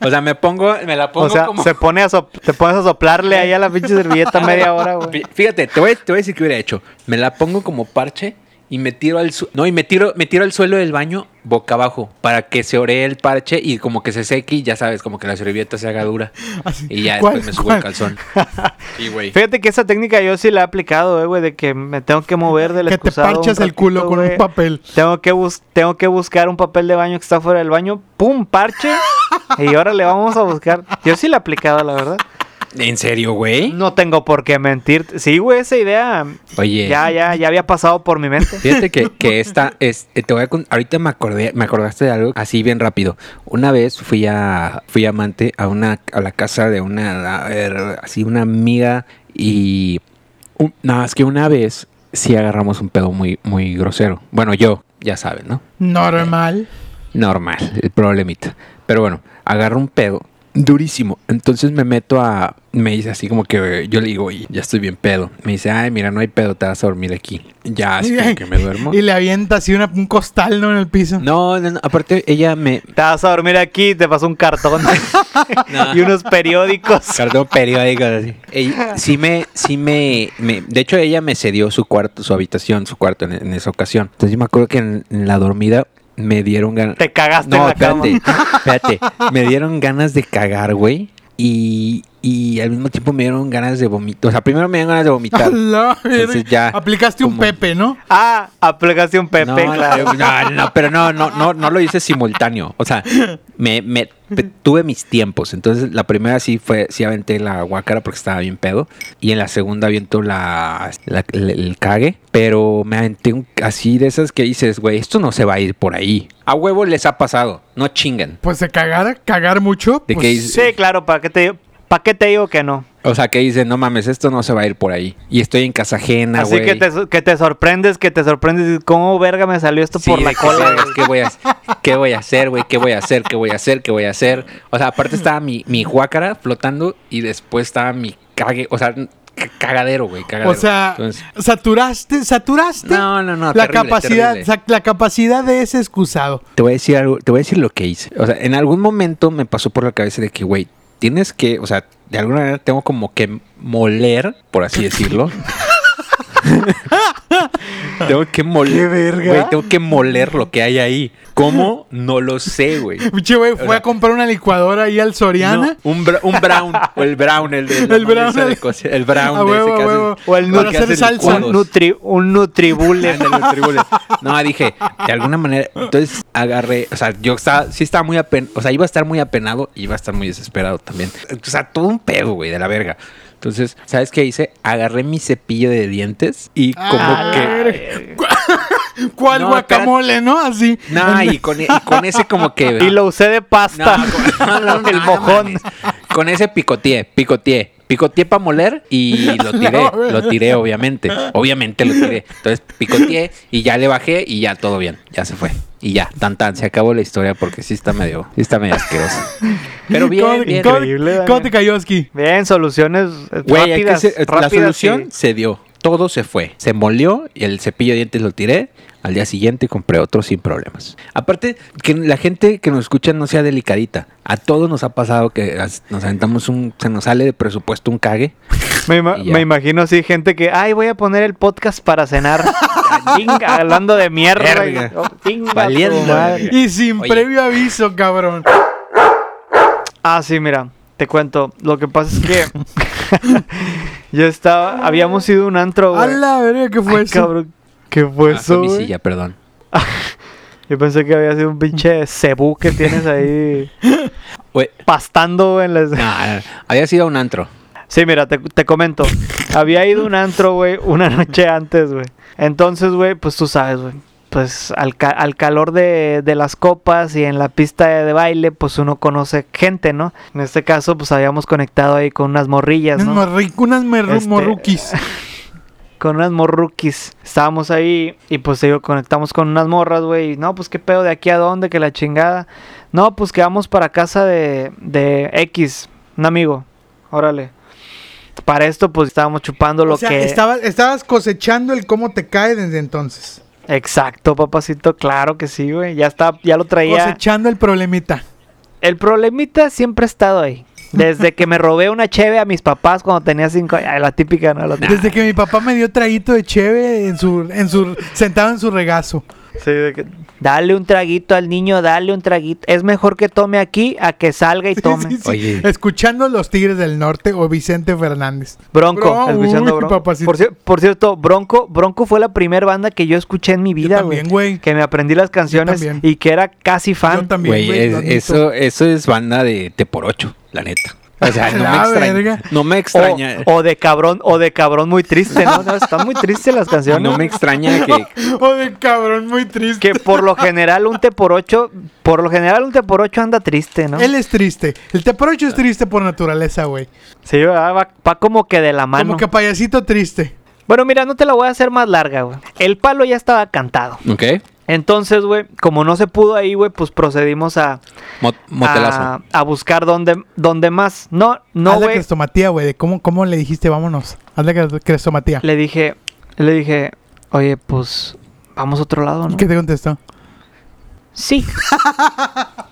C: o sea me pongo, me la pongo
E: o sea,
C: como.
E: se pone a sop- te pones a soplarle ahí a la pinche servilleta media hora, güey.
C: [laughs] Fí- Fíjate, te voy, te voy a decir qué hubiera hecho. Me la pongo como parche y me tiro al su- no y me tiro me tiro al suelo del baño boca abajo para que se ore el parche y como que se seque y ya sabes como que la servilleta se haga dura
D: [laughs] Así,
C: y ya
D: ¿cuál,
C: después me subo el
D: cuál? [laughs]
C: calzón. Sí, güey.
E: Fíjate que esa técnica yo sí la he aplicado, eh, güey, de que me tengo que mover del
D: Que te
E: excusado un
D: parchas el
E: ratito,
D: culo con
E: güey.
D: un papel.
E: Tengo que, bus tengo que buscar un papel de baño que está fuera del baño. ¡Pum! Parche. y ahora le vamos a buscar. Yo sí la he aplicado, la verdad.
C: ¿En serio, güey?
E: No tengo por qué mentir. Sí, güey, esa idea
C: Oye.
E: ya, ya, ya había pasado por mi mente.
C: Fíjate que, que esta es, eh, te voy a con- ahorita me acordé, me acordaste de algo así bien rápido. Una vez fui a, fui amante a una, a la casa de una, a ver, así una amiga y un- nada más que una vez sí agarramos un pedo muy, muy grosero. Bueno, yo, ya saben, ¿no?
D: Normal.
C: Normal, el problemita. Pero bueno, agarro un pedo durísimo. Entonces me meto a. Me dice así como que yo le digo, oye, ya estoy bien pedo. Me dice, ay, mira, no hay pedo, te vas a dormir aquí. Ya, así Ah, como que me duermo.
D: [laughs] Y le avienta así una- un costal, ¿no? En el piso. [laughs]
C: No, no, no, aparte ella me...
E: Te vas a dormir aquí, te pasó
C: [laughs]
E: un cartón [laughs] y unos periódicos.
C: Cartón periódico, así. Ella- sí me, sí me, me- De hecho, ella me cedió su cuarto, su habitación, su cuarto en, en esa ocasión. Entonces yo me acuerdo que en, en la dormida me dieron ganas...
E: Te cagaste en
C: No,
E: la cama.
C: espérate,
E: [laughs]
C: espérate. Me dieron ganas de cagar, güey. Y, y al mismo tiempo me dieron ganas de vomitar. O sea, primero me dieron ganas de vomitar.
D: La verga.
C: Entonces ya,
D: Aplicaste un
C: como-
D: Pepe, ¿no?
E: Ah, aplicación [laughs] Pepe,
C: no,
E: claro.
C: No, no, pero no, no, no, no lo hice simultáneo. O sea, me, me- pe- tuve mis tiempos. Entonces, la primera sí fue, sí aventé la guácara porque estaba bien pedo. Y en la segunda aviento la, la- el, el cague. Pero me aventé un- así de esas que dices, güey, esto no se va a ir por ahí. A huevo les ha pasado. No chingan.
D: Pues se cagara, cagar mucho.
C: De
D: pues,
C: que dices-
E: Sí, claro, ¿para qué te digo, ¿para qué te digo que no?
C: O sea, que dicen, no mames, esto no se va a ir por ahí. Y estoy en casa ajena,
E: Así
C: güey.
E: que te, so- que te sorprendes, que te sorprendes. y ¿Cómo verga me salió esto
C: Sí,
E: por la
C: de que
E: cola?
C: vergas, ¿Qué voy, a, ¿Qué voy a hacer, güey? ¿Qué voy a hacer? ¿Qué voy a hacer? ¿Qué voy a hacer? O sea, aparte estaba mi, mi huácara flotando y después estaba mi cague, o sea, c- cagadero, güey, cagadero.
D: O sea,
C: Entonces,
D: saturaste, saturaste.
C: No, no, no,
D: La
C: terrible,
D: capacidad,
C: terrible.
D: sa- la capacidad de ese excusado.
C: te voy a decir algo, te voy a decir lo que hice. O sea, en algún momento me pasó por la cabeza de que, güey, tienes que, o sea, de alguna manera tengo como que moler, por así decirlo. [laughs] Tengo que
E: ¡Qué
C: moler.
E: verga!
C: Güey, tengo que moler lo que hay ahí. ¿Cómo? No lo sé, güey.
D: Pinche güey fue
C: sea,
D: a comprar una licuadora ahí al Soriana.
C: No, un, bra- un brown. O el brown, el de la
D: El brown,
C: hamburguesa de
D: el-
C: Escocia, El brown
D: a
C: de ese
D: huevo,
C: que
D: a
C: hacen-
D: huevo.
E: O el
C: que
E: Para
D: hacer
C: hacen
D: salsa.
E: Un,
C: licuados.
E: nutri,
C: [laughs]
E: un nutribullet.
C: Ándale, los tribules. No, dije, de alguna manera. Entonces agarré, o sea, yo estaba, sí estaba muy apenado, o sea, iba a estar muy apenado y iba a estar muy desesperado también. O sea, todo un pedo, güey, de la verga. Entonces, ¿sabes qué hice? Agarré mi cepillo de dientes y como
D: Ah,
C: que.
D: la verga. ¿Cuál
C: No,
D: guacamole, no? Así.
C: No, y con, e- y con ese como que.
E: Y lo usé de pasta. [laughs]
C: No, no, no,
E: el
C: no
E: mojón.
C: mames. Con ese picoteé, picoteé. Picoteé para moler y lo tiré.
D: No, güey.
C: lo tiré, obviamente. Obviamente lo tiré. Entonces picoteé y ya le bajé y ya todo bien. Ya se fue. Y ya, tan tan, se acabó la historia porque sí está medio, sí está medio asqueroso.
D: [laughs]
C: Pero bien,
D: ¿Cómo-
C: bien.
D: cómo-
E: Increíble, Daniel.
D: ¿Cómo te cayó aquí?
E: Bien, soluciones eh,
C: Güey, hay que
E: rápidas.
C: ser- la
E: rápidas
C: solución
E: y-
C: se dio. Todo se fue. Se molió y el cepillo de dientes lo tiré. Al día siguiente compré otro sin problemas. Aparte, que la gente que nos escucha no sea delicadita. A todos nos ha pasado que as- nos aventamos un. Se nos sale de presupuesto un cague.
E: Me, ima-
C: Y ya.
E: me imagino así gente que, ay, voy a poner el podcast para cenar.
C: [laughs]
E: Chinga, hablando de mierda.
C: Verga.
E: Oh, chinga tu
C: Valiendo.
E: madre.
D: Y sin
C: Oye.
D: previo aviso, cabrón.
E: Ah, sí, mira, te cuento. Lo que pasa es que [laughs] yo estaba, habíamos ido a un antro,
D: A
E: güey.
D: la verga, ¿qué fue
E: Ay,
D: eso?
E: cabrón, ¿qué fue
C: Ah, fue
E: Pues eso,
C: mi
E: güey?
C: silla, perdón.
E: Yo pensé que había sido un pinche cebú que tienes ahí
C: Güey,
E: pastando en las...
C: nah, [laughs] había sido un antro.
E: Sí, mira, te, te comento. Había ido a un antro, güey, una noche antes, güey. Entonces, güey, pues tú sabes, güey. Pues al, ca- al calor de, de las copas y en la pista de, de baile, pues uno conoce gente, ¿no? En este caso, pues habíamos conectado ahí con unas morrillas,
D: Unas
E: ¿no?
D: morri- unas merru-
E: Este-
D: morruquis.
E: con unas morruquis. Estábamos ahí y pues te digo, conectamos con unas morras, güey. y, No, pues qué pedo, de aquí a dónde, que la chingada. No, pues que vamos para casa de, de X, un amigo. Órale. Para esto, pues estábamos chupando lo
D: O sea,
E: que.
D: estabas, estabas cosechando el cómo te cae desde entonces.
E: Exacto, papacito, claro que sí, güey. Ya está, ya lo traía.
D: Cosechando el problemita.
E: El problemita siempre ha estado ahí. Desde que me robé una cheve a mis papás cuando tenía cinco años. Ay, La típica, ¿no? La típica.
D: Desde que mi papá me dio traguito de cheve en su, en su, sentado en su regazo.
E: Sí, de que, Dale un traguito al niño, dale un traguito. Es mejor que tome aquí a que salga y
D: Sí,
E: tome.
D: sí, sí.
C: Oye.
D: Escuchando Los Tigres del Norte o Vicente Fernández.
E: Bronco,
D: Bro,
E: escuchando
D: uy,
E: Bronco.
D: papacito.
E: Por, cier- por cierto, Bronco, Bronco fue la primera banda que yo escuché en mi vida, güey.
D: también, güey.
E: Que me aprendí las canciones
D: también.
E: y que era casi fan.
D: Yo también,
C: Güey,
D: güey,
C: es-
D: lo admito.
C: eso, eso es banda de te por ocho, la neta. O sea, no me
D: La
C: extraña.
D: verga.
C: No me extraña.
E: O, o de cabrón, o de cabrón muy triste, ¿no? No, Están muy tristes las canciones.
C: No me extraña
D: [laughs]
C: que,
D: O de cabrón muy triste.
E: Que por lo general un te por ocho, por lo general un te por ocho anda triste, ¿no?
D: Él es triste. El teporocho es triste por naturaleza, güey.
E: Sí, ¿verdad? va, va como que de la mano.
D: Como que payasito triste.
E: Bueno, mira, no te la voy a hacer más larga, güey. El palo ya estaba cantado.
C: ¿Ok?
E: Entonces, güey, como no se pudo ahí, güey, pues procedimos a,
C: Mot- motelazo.
E: a, a buscar donde, donde más. No, no,
D: Haz la
E: güey.
D: crestomatía, güey. de ¿Cómo, ¿Cómo le dijiste vámonos? Haz la cre- crestomatía.
E: Le dije, le dije, oye, pues vamos a otro lado, ¿no?
D: ¿Qué te contestó?
E: Sí,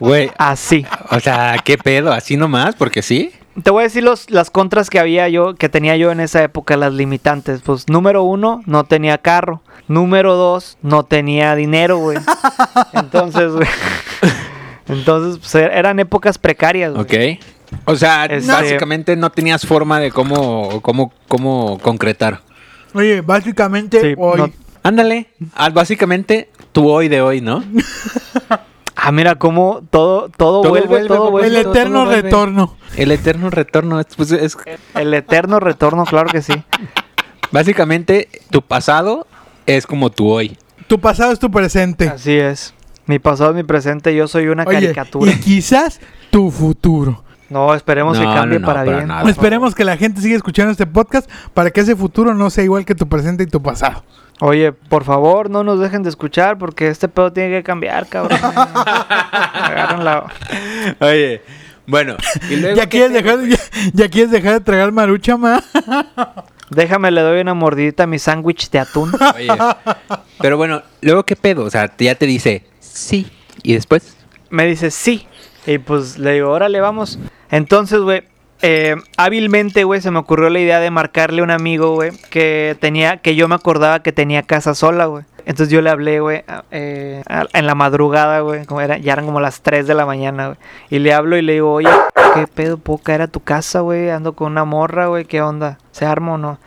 C: Güey,
E: [laughs] así.
C: o sea, ¿qué pedo? ¿Así nomás? Porque sí.
E: Te voy a decir los, las contras que había yo, que tenía yo en esa época, las limitantes. Pues número uno, no tenía carro. Número dos, no tenía dinero, güey. Entonces, güey. [laughs] Entonces, pues, er- eran épocas precarias, güey.
C: Ok. O sea,
E: Este-
C: básicamente no tenías forma de cómo, cómo, cómo concretar.
D: Oye, básicamente
E: Sí,
D: hoy.
E: no-
C: Ándale. Ah, Básicamente, tu hoy de hoy, ¿no?
E: Ah, mira cómo todo, todo,
C: Todo
E: vuelve,
C: vuelve,
E: todo
C: papá.
E: pues, vuelve.
C: vuelve,
D: el
C: todo
D: eterno
C: vuelve.
D: retorno.
C: El eterno retorno. es- pues, es-
E: El eterno retorno, claro que sí.
C: básicamente, tu pasado es como tu hoy.
D: Tu pasado es tu presente.
E: Así es. Mi pasado es mi presente, yo soy una
D: Oye,
E: caricatura.
D: y quizás tu futuro.
E: No, esperemos que
C: No,
E: cambie
C: no, no,
E: para
C: para
E: bien.
C: nada.
D: Esperemos que la gente siga escuchando este podcast para que ese futuro no sea igual que tu presente y tu pasado.
E: Oye, por favor, no nos dejen de escuchar porque este pedo tiene que cambiar,
C: [laughs]
E: cabrón. Agarran la...
C: Oye, bueno. [laughs] Y luego,
D: Ya quieres, dejar, ya, ya quieres dejar de tragar marucha, ma.
E: Ah, Déjame, le doy una mordidita a mi sándwich de atún.
C: Oye, pero bueno, luego, ¿qué pedo? O sea, ya te dice sí. Y después.
E: Me dice sí. Y pues le digo, órale, vamos. Entonces, güey, eh, hábilmente, güey, se me ocurrió la idea de marcarle a un amigo, güey, que tenía, que yo me acordaba que tenía casa sola, güey. Entonces yo le hablé, güey, a- eh, a- en la madrugada, güey, como era, ya eran como las 3 de la mañana, güey. Y le hablo y le digo, oye, ¿qué pedo puedo caer a tu casa, güey? Ando con una morra, güey, ¿qué onda? ¿Se arma o no?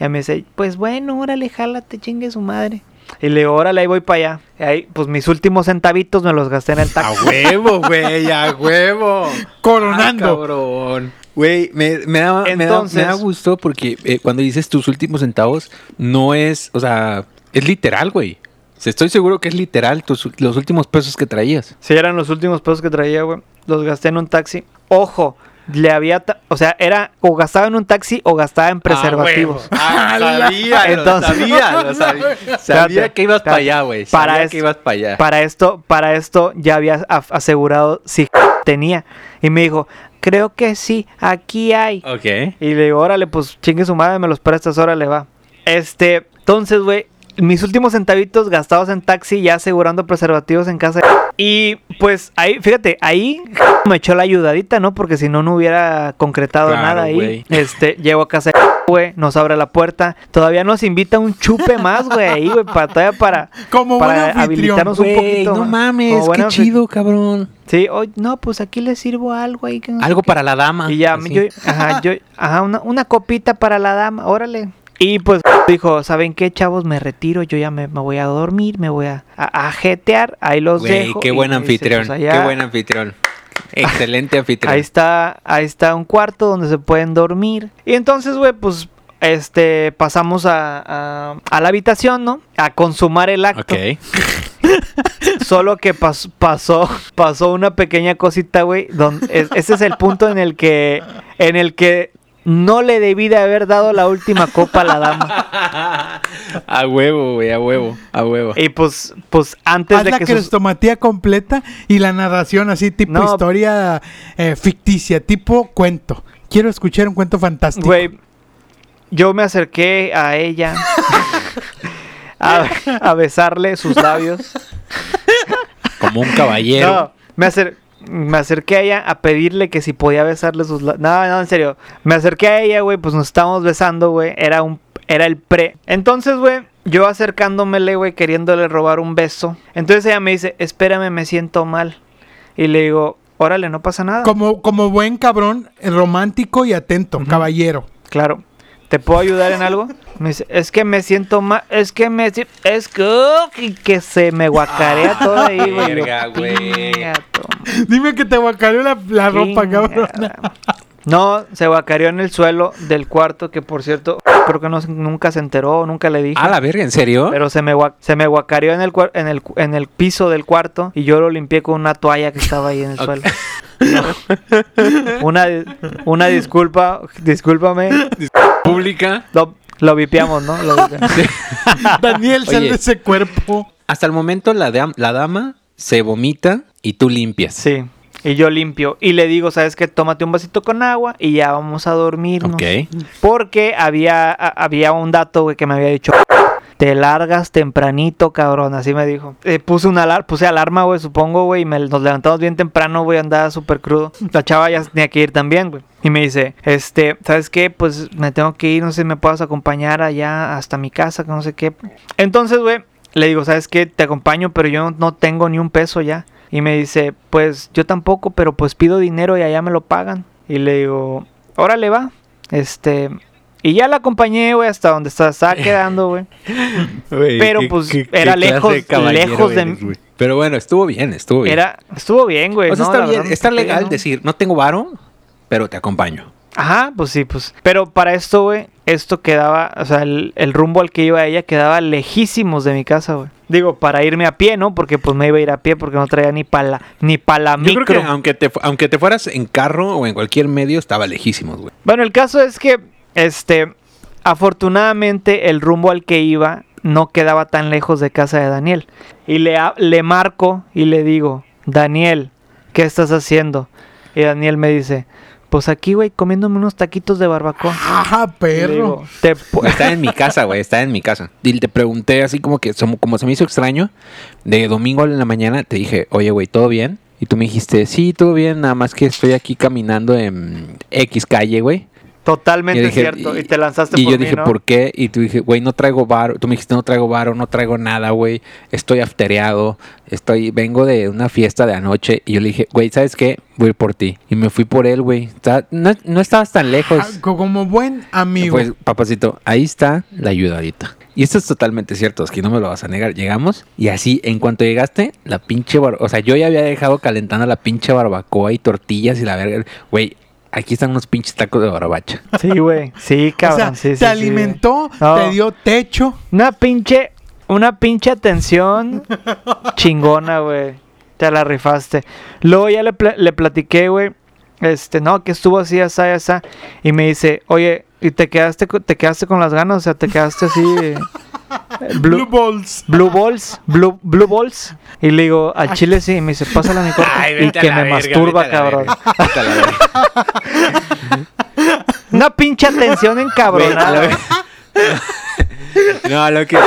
E: Y me dice, pues bueno, órale, jálate, chingue su madre. Y le digo, órale, ahí voy para allá. Y ahí, pues mis últimos centavitos me los gasté en el
C: A [laughs]
E: taxi.
C: huevo, güey, a huevo.
D: Coronando.
C: Ah, cabrón. Güey, me, me da, me, da,
E: Entonces-
C: me da gusto porque eh, cuando dices tus últimos centavos, no es, o sea, es literal, güey. O sea, Estoy seguro que es literal tus, ul- los últimos pesos que traías.
E: Si eran los últimos pesos que traía, güey. Los gasté en un taxi. Ojo, le había. ta- O sea, era o gastaba en un taxi o gastaba en preservativos.
C: [laughs] Ah, sabía,
E: lo Entonces- sabía, lo sabía. [laughs] Espérate,
C: Sabía que ibas para
E: espérate.
C: allá, güey.
E: Para
C: Sabía
E: es-
C: que ibas para allá.
E: Para esto, para esto ya había af- asegurado si tenía. Y me dijo, creo que sí, aquí hay.
C: Ok.
E: Y le digo, órale, pues chingue su madre, me los prestas, órale, va. Este, entonces, güey, mis últimos centavitos gastados en taxi, ya asegurando preservativos en casa. Y pues ahí, fíjate, ahí me echó la ayudadita, ¿no? Porque si no, no hubiera concretado
C: Claro,
E: nada ahí.
C: güey.
E: Este, llego a casa, güey, nos abre la puerta. Todavía nos invita un chupe más, güey, ahí, güey, para, todavía para.
D: Como buen
E: para
D: anfitrión,
E: habilitarnos un
C: Güey,
E: poquito.
C: no
E: más.
C: mames,
E: Como buen
C: qué
E: anfit-
C: chido, cabrón.
E: Sí, hoy, no, pues aquí le sirvo algo ahí. que no sé
C: Algo
E: qué.
C: para la dama.
E: Y ya,
C: así. [laughs]
E: yo, ajá, yo, ajá, una, una copita para la dama, órale. Y pues dijo, ¿saben qué, chavos? Me retiro, yo ya me, me voy a dormir, me voy a, a, a jetear, ahí los
C: Güey,
E: dejo.
C: qué
E: Y
C: buen
E: me dice,
C: anfitrión.
E: "Pues allá-
C: Qué buen anfitrión. Excelente anfitrión.
E: Ahí está, ahí está un cuarto donde se pueden dormir. Y entonces, güey, pues, este, pasamos a, a, a la habitación, ¿no? A consumar el acto.
C: Ok.
E: Solo que pas- pasó, [laughs] pasó una pequeña cosita, güey. don- es- Ese es el punto en el que, en el que no le debí de haber dado la última copa a la dama.
C: A huevo, güey, a huevo, a huevo.
E: Y pues, pues antes
D: Haz
E: de
D: la
E: que sus-
D: crestomatía completa y la narración así, tipo
E: No.
D: historia eh, ficticia, tipo cuento. Quiero escuchar un cuento fantástico.
E: güey, yo me acerqué a ella a, a besarle sus labios.
C: Como un caballero.
E: No, me acer- Me acerqué a ella a pedirle que si podía besarle sus labios. No, no, en serio. Me acerqué a ella, güey, pues nos estábamos besando, güey. Era un era el pre. Entonces, güey, yo acercándomele, güey, queriéndole robar un beso. Entonces ella me dice, "Espérame, me siento mal." Y le digo, "Órale, no pasa nada."
D: Como, como buen cabrón, eh, romántico y atento, caballero. [laughs]
E: Claro. ¿Te puedo ayudar en algo? [laughs] Me dice, "Es que me siento mal, es que me si- es que y que se me guacarea todo ahí, güey." Yo,
C: Ah, Verga, güey.
E: "Pinga, toma".
D: Dime que te guacareó la, la ropa,
E: Chingada.
D: cabrón.
E: No, se guacareó en el suelo del cuarto, que por cierto, creo que no, se- nunca se enteró, nunca le dije.
C: A la verga, ¿en serio?
E: Pero se me, gua- se me guacareó en el, cuar- en, el, cu- en el piso del cuarto y yo lo limpié con una toalla que estaba ahí en el suelo. No. Una, di- una disculpa, discúlpame.
C: Pública.
E: Lo, lo vipeamos, ¿no? Lo vipeamos.
D: Daniel, sal
C: Oye.
D: de ese cuerpo.
C: Hasta el momento la, dam- la dama se vomita y tú limpias.
E: Sí. Y yo limpio. Y le digo, ¿sabes qué? Tómate un vasito con agua y ya vamos a dormirnos.
C: Ok.
E: Porque había, a- había un dato, güey, que me había dicho. Te largas tempranito, cabrón, así me dijo. Eh, puse una alar puse alarma, güey, supongo, güey, y me- nos levantamos bien temprano, güey, andaba súper crudo. La chava ya se tenía que ir también, güey. Y me dice, este, ¿sabes qué? Pues me tengo que ir, no sé si me puedas acompañar allá hasta mi casa, que no sé qué. Entonces, güey, le digo, ¿sabes qué? Te acompaño, pero yo no tengo ni un peso ya. Y me dice, pues yo tampoco, pero pues pido dinero y allá me lo pagan. Y le digo, órale va. Este, y ya la acompañé, güey, hasta donde
C: [laughs]
E: está, estaba quedando, güey. Pero, qué- pues, qué- qué era clase de lejos- caballero lejos de- eres, güey.
C: Pero bueno, estuvo bien, estuvo bien.
E: Era, estuvo bien, güey.
C: o sea,
E: ¿no?
C: está
E: La
C: bien,
E: verdad,
C: está
E: sí,
C: legal
E: ¿no?
C: decir, no tengo varo, pero te acompaño.
E: Ajá, pues sí, pues. Pero para esto, güey, esto quedaba, o sea, el, el rumbo al que iba ella quedaba lejísimos de mi casa, güey. Digo, para irme a pie, ¿no? Porque pues me iba a ir a pie porque no traía ni pala, ni pala
C: Yo
E: micro.
C: creo que aunque te, fu- aunque te fueras en carro o en cualquier medio, estaba lejísimos, güey.
E: Bueno, el caso es que, este, afortunadamente el rumbo al que iba no quedaba tan lejos de casa de Daniel. Y le, ha- le marco y le digo, Daniel, ¿qué estás haciendo? Y Daniel me dice, pues aquí, güey, comiéndome unos taquitos de barbacoa.
D: Ajá,
E: Y le
D: Ah, perro.
E: digo, "Te pu-
C: Está en mi casa, güey, está en mi casa. Y te pregunté así como que, som- como se me hizo extraño, de domingo en la mañana, te dije, oye, güey, ¿todo bien? Y tú me dijiste, sí, todo bien, nada más que estoy aquí caminando en X calle, güey.
E: Totalmente
C: yo dije,
E: cierto. Y, te lanzaste
C: Y
E: por
C: yo
E: mí,
C: dije,
E: ¿no?
C: ¿por qué? Y tú dije, güey, no traigo varo. Tú me dijiste, no traigo varo, no traigo nada, güey. Estoy aftereado. Estoy, vengo de una fiesta de anoche. Y yo le dije, güey, ¿sabes qué? Voy por ti. Y me fui por él, güey. Está- No, no estabas tan lejos.
D: Ah,
E: pues,
D: co- como buen amigo.
C: Pues, papacito, ahí está la ayudadita. Y esto es totalmente cierto, es que no me lo vas a negar. Llegamos y así, en cuanto llegaste, la pinche barbacoa. O sea, yo ya había dejado calentando la pinche barbacoa y tortillas y la verga. Güey, aquí están unos pinches tacos de barbacha.
E: Sí, güey. Sí,
D: o sea,
E: cabrón. sí,
D: te
E: sí, sí,
D: alimentó,
E: güey. No.
D: te dio techo.
E: Una pinche, una pinche atención chingona, güey. Te la rifaste. Luego ya le, pla- le platiqué, güey. Este, no, que estuvo así, asá, asá. Y me dice, oye, ¿y te quedaste, co- te quedaste con las ganas? O sea, te quedaste así. eh,
D: Blue,
E: blue,
D: Balls.
E: blue Balls, blue, blue Balls. Y le digo, al chile sí. Y me dice, pásala a mi cuarto. y que me masturba, cabrón. [laughs] Una pinche atención encabronada. güey.
C: No, lo que.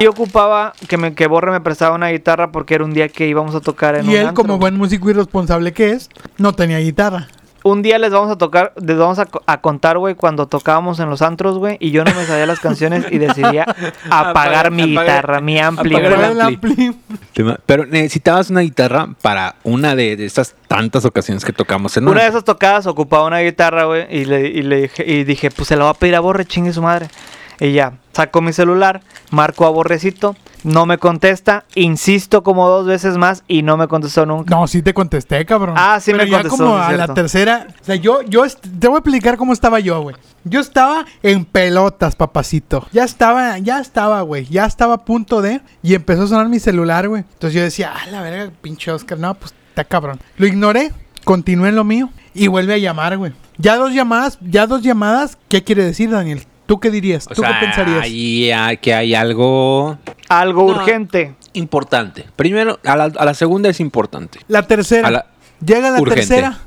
E: Yo ocupaba que, me, que Borre me prestaba una guitarra porque era un día que íbamos a tocar en
D: Y
E: un
D: él,
E: antro.
D: como buen músico irresponsable que es, no tenía guitarra.
E: Un día les vamos a tocar, les vamos a, co- a contar, güey, cuando tocábamos en los antros, güey, y yo no me sabía las canciones y decidía apagar,
C: [laughs] Apagar-
E: mi
C: apagar-
E: guitarra, mi ampli,
C: apagar
E: güey.
C: el
D: Fue el ampli.
C: Pero necesitabas una guitarra para una de, de esas tantas ocasiones que tocamos en
E: Una
C: una.
E: de esas tocadas ocupaba una guitarra, güey, y le, y le dije, y dije, pues se la voy a pedir a Borre, chingue su madre. Y ya, saco mi celular, marco a Borrecito, no me contesta, insisto como dos veces más y no me contestó nunca.
D: No, sí te contesté, cabrón.
E: Ah, sí
D: Pero
E: me
D: ya
E: contestó,
D: como
E: sí,
D: a la
E: cierto.
D: tercera. O sea, yo, yo est- te voy a explicar cómo estaba yo, güey. Yo estaba en pelotas, papacito. Ya estaba, ya estaba, güey. Ya estaba a punto de. Y empezó a sonar mi celular, güey. Entonces yo decía, ah, la verga, pinche Oscar. No, pues está cabrón. Lo ignoré, continué en lo mío y vuelve a llamar, güey. Ya dos llamadas, ya dos llamadas. ¿Qué quiere decir, Daniel? ¿Tú qué dirías?
C: O
D: ¿Tú
C: sea,
D: qué pensarías?
C: ahí, ah, que hay algo
E: Algo
C: No.
E: urgente.
C: importante. Primero, a la, a la segunda es importante.
D: La tercera.
C: A la-
D: Llega la
C: urgente.
D: tercera.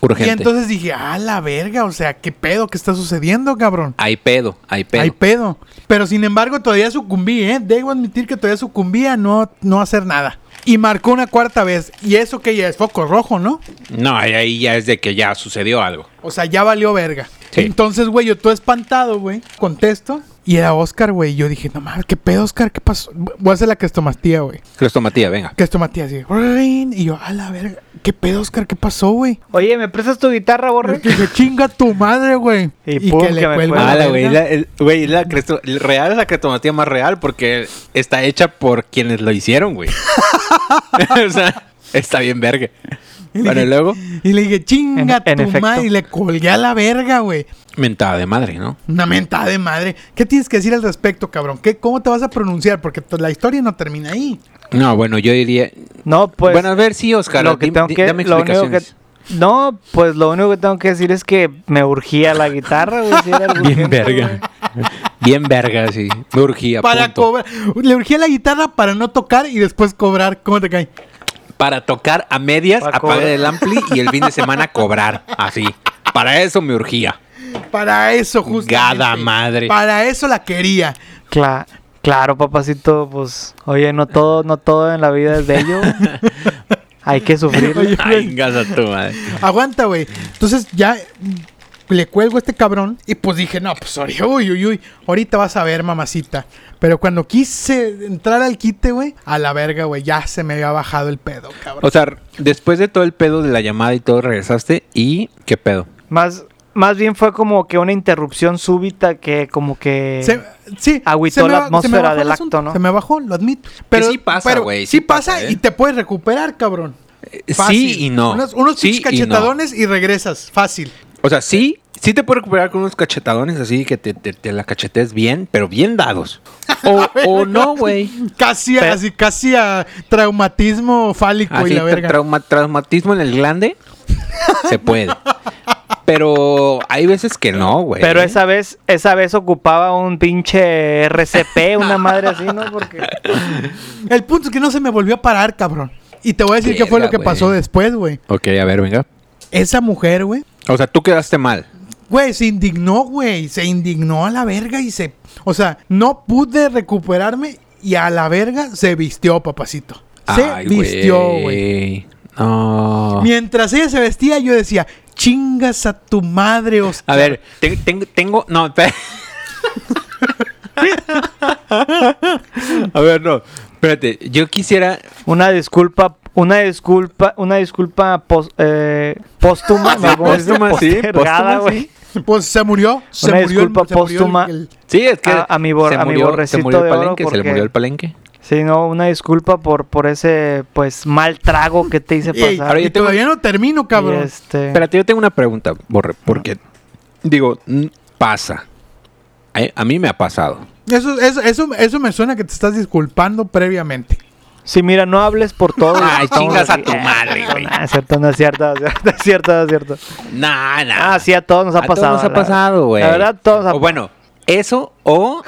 C: Urgente.
D: Y entonces dije, ah, la verga, o sea, ¿qué pedo que está sucediendo, cabrón?
C: Hay pedo, hay pedo.
D: Hay pedo. Pero sin embargo, todavía sucumbí, ¿eh? Debo admitir que todavía sucumbí a no, no hacer nada. Y marcó una cuarta vez. Y eso que ya es foco rojo, ¿no?
C: no, ahí, ahí ya es de que ya sucedió algo.
D: O sea, ya valió verga.
C: Sí.
D: Entonces, güey, yo todo espantado, güey. Contesto. Y era Oscar, güey. Yo dije, no mames, ¿qué pedo, Oscar? ¿Qué pasó? Voy a hacer la crestomastía, güey.
C: Crestomatía, venga.
D: Crestomatía así. rin. Y yo, a la verga. ¿Qué pedo, Oscar? ¿Qué pasó, güey?
E: Oye, ¿me prestas tu guitarra,
D: [laughs]
E: Borre?
D: Que se chinga tu madre, güey.
E: Y pum, que me
D: cuelgo
E: cuelga.
D: la
C: Mala, güey.
D: verga.
C: Ah, La, el- güey, la cresto- el real es la crestomatía más real porque está hecha por quienes lo hicieron,
E: [laughs]
C: güey. [laughs] o sea, está bien verga. Bueno, y luego,
D: Y le dije, chinga
E: En- en
D: tu
E: efecto.
D: madre. Y le colgué a la verga, güey.
C: mentada de madre, ¿no?
D: Una mentada de madre. ¿Qué tienes que decir al respecto, cabrón? ¿Qué, ¿Cómo te vas a pronunciar? Porque to- la historia no termina ahí.
C: No, bueno, yo diría.
E: No, pues.
C: bueno, a ver, sí, Oscar.
E: lo que
C: di-
E: tengo
C: di-
E: que,
C: dame
E: lo único que-
C: explicaciones.
E: no, pues lo único que tengo que decir es que me urgía la guitarra, güey. si era algo
C: Bien
E: urgente,
C: verga.
E: güey.
C: Bien verga, sí. Me urgía.
D: Para
C: punto.
D: cobrar. Le urgía la guitarra para no tocar y después cobrar. ¿Cómo te cae?
C: para tocar a medias,
E: Para
C: apagar
E: cobrar.
C: el ampli y el fin de semana cobrar. Así. Para eso me urgía.
D: Para eso, justamente.
C: Gada madre.
D: Para eso la quería.
E: Cla- claro, papacito, pues. Oye, no todo, no todo en la vida
C: [laughs]
E: es bello. Hay que sufrir.
C: Ay, vengas a tu madre.
D: Aguanta, güey. Entonces ya mm, le cuelgo a este cabrón y pues dije, no, pues ori- uy, uy, uy, ahorita vas a ver, mamacita. Pero cuando quise entrar al quite, güey, a la verga, güey, ya se me había bajado el pedo, cabrón.
C: O sea, después de todo el pedo de la llamada y todo, regresaste y qué pedo.
E: Más, más bien fue como que una interrupción súbita que como que.
D: Se- sí,
E: agüitó
D: se me
E: la
D: ba- se me
E: atmósfera
D: bajó el
E: del
D: asunto,
E: acto, ¿no?
D: Se me bajó, lo admito. Pero
C: sí pasa,
D: pero
C: güey,
D: Sí,
C: sí pasa,
D: pasa,
C: ¿eh?
D: y te puedes recuperar, cabrón.
C: Eh,
D: Fácil.
C: Sí y no.
D: Unos, unos
C: sí
D: pinches cachetadones y, regresas, fácil.
C: y no. O sea, sí, sí te puedes recuperar con unos cachetadones así que te, te- te la cachetes bien, pero bien
D: [laughs]
C: dados. O, o no, güey.
D: Casi, a-
E: Pero-
D: así, casi a traumatismo fálico
C: Así,
D: y la
C: Ah, tra-
D: verga.
C: trauma- traumatismo en el glande, se puede. Pero hay veces que no, güey.
E: Pero esa vez, esa vez ocupaba un pinche RCP, una madre así, ¿no?
C: [laughs]
E: Porque.
D: El punto es que no se me volvió a parar, cabrón. Y te voy a decir qué fue lo
C: Verga,
D: que
C: güey.
D: pasó después, güey.
C: Ok, a ver, venga.
D: Esa mujer, güey.
C: O sea, tú quedaste mal.
D: Güey, se indignó, güey. Se indignó a la verga y se... O sea, no pude recuperarme y a la verga se vistió, papacito. se
C: Ay,
D: vistió, güey.
C: No.
D: Mientras ella se vestía, yo decía, chingas a tu madre, hostia.
C: A ver, ten- tengo, tengo- no, espera. [laughs] A ver, no, espérate, yo quisiera,
E: Una disculpa, una disculpa, una disculpa pos- eh, póstuma.
C: [laughs] Sí,
E: ¿no? ¿Cómo se
C: póstuma, sí,
E: dice? Postergada,
C: póstuma,
E: güey.
D: Pues se murió. Se
E: Una
D: murió el-
E: disculpa
D: se murió el-
E: póstuma.
D: el-
C: sí, es que
E: A- a mi bor-
C: se
E: a mi
C: murió, se
E: borrecito
C: murió el
E: de oro
C: palenque, se le
E: porque-
C: murió el palenque.
E: Sí, no, una disculpa por, por ese, pues, mal trago que te hice
D: Ey,
E: pasar.
C: ahora
D: y
C: yo tengo-
D: todavía no termino,
E: Y
D: cabrón.
E: este-
C: Espérate, yo tengo una pregunta, Borre, porque digo, mm, pasa. A, a mí me ha pasado.
D: Eso, eso, eso, eso me suena que te estás disculpando previamente.
E: Sí, mira, no hables por todo.
C: Ay,
E: Estamos
C: chingas a
E: aquí.
C: tu
E: Eh,
C: madre, güey.
E: No, es cierto, no es cierto, no es cierto, no es cierto.
C: Nah, nah.
E: Ah, sí, a todos nos ha
C: A todos
E: pasado.
C: nos ha
E: la-
C: pasado, güey.
E: La verdad, todos ha
C: O bueno, eso o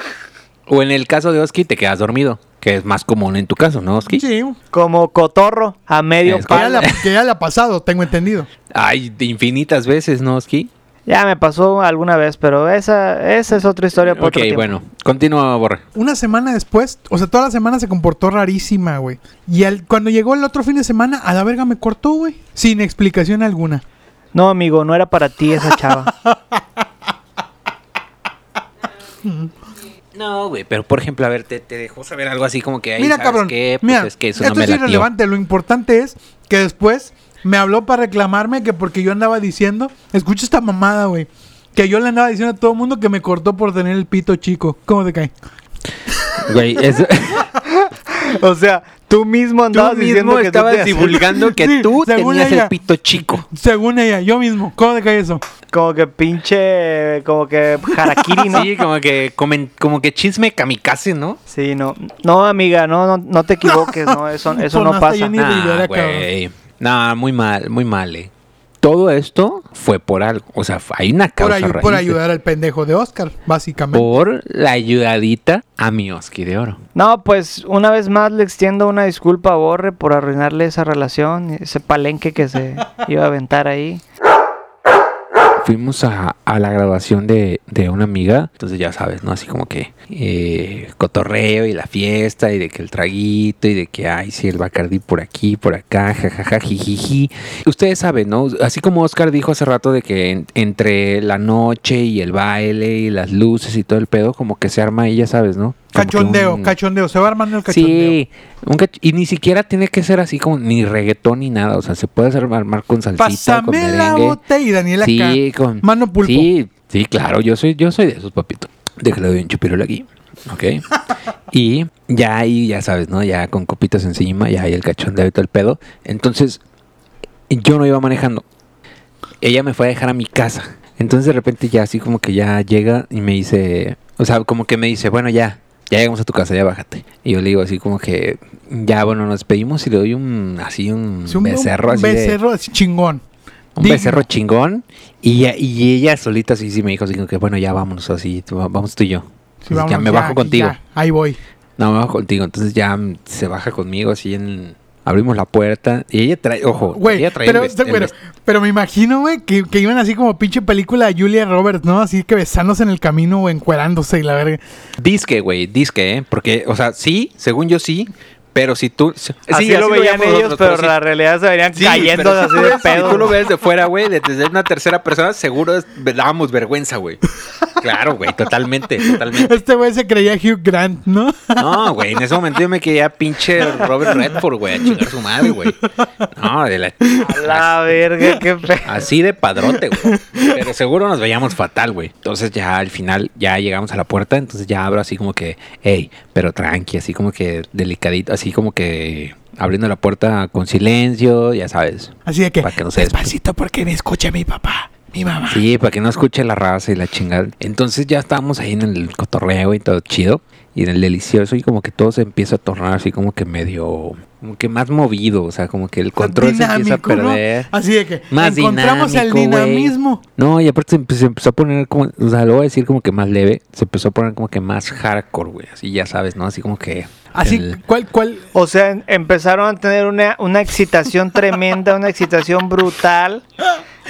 C: o en el caso de Oski te quedas dormido, que es más común en tu caso, ¿no, Oski?
D: Sí,
E: Como cotorro a medio
C: Es
D: que ya,
E: palo.
D: la, que ya la ha pasado, tengo entendido.
C: Ay, de infinitas veces, ¿no, Oski?
E: Ya me pasó alguna vez, pero esa, esa es otra historia. Por
C: Ok,
E: otro tiempo.
C: bueno, continúa, Borre.
D: Una semana después, o sea, toda la semana se comportó rarísima, güey. Y al- cuando llegó el otro fin de semana, a la verga me cortó, güey. Sin explicación alguna.
E: No, amigo, no era para ti
C: [laughs]
E: esa chava.
C: No, güey, pero por ejemplo, a ver, te, te dejó saber algo así como que ahí,
D: mira,
C: ¿sabes
D: cabrón.
C: qué? Pues
D: mira,
C: es que eso
D: esto
C: no me
D: es
C: latió.
D: irrelevante. Lo importante es que después me habló para reclamarme que porque yo andaba diciendo, escucha esta mamada, güey. Que yo le andaba diciendo a todo el mundo que me cortó por tener el pito chico. ¿Cómo te cae?
C: Güey,
E: [laughs]
C: eso-
E: o sea, tú mismo
C: tú
E: andabas diciendo
C: mismo
E: que tú
C: estabas
E: te-
C: divulgando que
D: Sí,
C: tú
D: según
C: tenías
D: ella.
C: el pito
D: [laughs]
C: chico.
D: Según ella, yo mismo. ¿Cómo te cae eso?
E: [laughs] Como que pinche, como que harakiri,
C: [laughs]
E: ¿no?
C: Sí, como que, comen- como que chisme kamikaze, ¿no?
E: Sí, no. No, amiga, no, no, no te equivoques,
C: [laughs]
E: no, eso, eso no
D: Sonaste
E: pasa.
D: Jenny Rivera,
C: Ah, güey. Nah, muy mal, muy mal, eh. Todo esto fue por algo. O sea, hay una
D: Por,
C: causa
D: ayu-
C: raíz
D: por
C: de-
D: ayudar al pendejo de Oscar, básicamente.
C: Por la ayudadita a mi Oski de oro.
E: No, pues una vez más le extiendo una disculpa a Borre por arruinarle esa relación, ese palenque
C: [laughs]
E: que se iba a aventar ahí.
C: Fuimos a, a la graduación de, de una amiga, entonces ya sabes, ¿no? Así como que eh, cotorreo y la fiesta y de que el traguito y de que, ay, sí, el Bacardi por aquí, por acá, jajaja, jijiji. Ustedes saben, ¿no? Así como Oscar dijo hace rato de que en- entre la noche y el baile y las luces y todo el pedo, como que se arma ahí, ya sabes, ¿no? Como que
D: Cachondeo,
C: un-
D: cachondeo. Se va armando el cachondeo.
C: Sí, un cach- y ni siquiera tiene que ser así como ni reggaetón ni nada, o sea, se puede hacer armar con salsita, con
D: Pásame la
C: merengue.
D: botella y Daniela
C: Sí,
D: acá.
C: con
D: Mano pulpo.
C: Sí, sí, claro, yo soy, yo soy de esos, papito. Déjale doy un chupirol aquí. Ok. y ya ahí, ya sabes, ¿no? Ya con copitas encima, ya hay el cachondeo y todo el pedo. Entonces, yo no iba manejando. Ella me fue a dejar a mi casa. Entonces de repente ya así como que ya llega y me dice, o sea, como que me dice, bueno, ya, ya llegamos a tu casa, ya bájate. Y yo le digo así como que, ya, bueno, nos pedimos y le doy un, así un,
D: Sí, un- un
C: becerro, así de-
D: becerro así chingón.
C: un
D: Digno.
C: becerro chingón. Y, ella- y ella solita sí, sí me dijo así como que, bueno, ya vámonos así, tú- vamos tú y yo.
D: Sí,
C: Entonces, ya
D: vámonos,
C: me bajo
D: aquí
C: contigo.
D: ya, ahí voy.
C: No, me bajo contigo. Entonces ya mm, se baja conmigo así en... Abrimos la puerta y ella trae, ojo,
D: Güey,
C: ella trae el
D: pero,
C: vest- el
D: pero,
C: vest-
D: pero me imagino, güey, que, que iban así como pinche película de Julia Roberts, ¿no? Así que besándose en el camino o encuerándose y la verga. [laughs]
C: Disque, güey, disque, ¿eh? Porque, o sea, sí, según yo sí, pero si tú... Sí,
E: así lo veían
C: veíamos
E: ellos,
C: nosotros,
E: pero
C: sí.
E: la realidad se venían
C: Sí,
E: cayendo
C: pero si
E: así
C: tú
E: de
C: ves-
E: pedo.
C: Si tú lo ves de fuera, güey, de- desde una tercera persona, seguro es- dábamos vergüenza, güey. Claro, güey, totalmente, totalmente.
D: Este güey se creía Hugh Grant, ¿no? [laughs]
C: No, güey, en ese momento yo me quedé a pinche Robert Redford, güey, a chingar su madre, güey. No, de la...
E: A la verga, qué pedo.
C: Así de padrote, güey. Pero seguro nos veíamos fatal, güey. Entonces ya al final, ya llegamos a la puerta, entonces ya abro así como que, hey, pero tranqui, así como que delicadito, así como que abriendo la puerta con silencio, ya sabes.
D: Así de que,
C: Para que no se despe-
D: despacito porque me escucha mi papá, mi mamá.
C: Sí, para que no escuche la raza y la chingada. Entonces ya estábamos ahí en el cotorreo y todo chido. Y en el delicioso y como que todo se empieza a tornar así como que medio... Como que más movido, o sea, como que el control se empieza a
D: Dinámico, ¿no?
C: perder.
D: Así de que,
C: Más
D: encontramos el
C: dinámico, güey.
D: dinamismo.
C: No, y aparte se, empe- se empezó a poner como, o sea, lo voy a decir como que más leve, se empezó a poner como que más hardcore, güey, así ya sabes, ¿no? Así como que...
D: Así,
C: el-
D: ¿cuál, cuál?
E: O sea, em- empezaron a tener una,
D: [laughs]
E: una excitación tremenda, una excitación brutal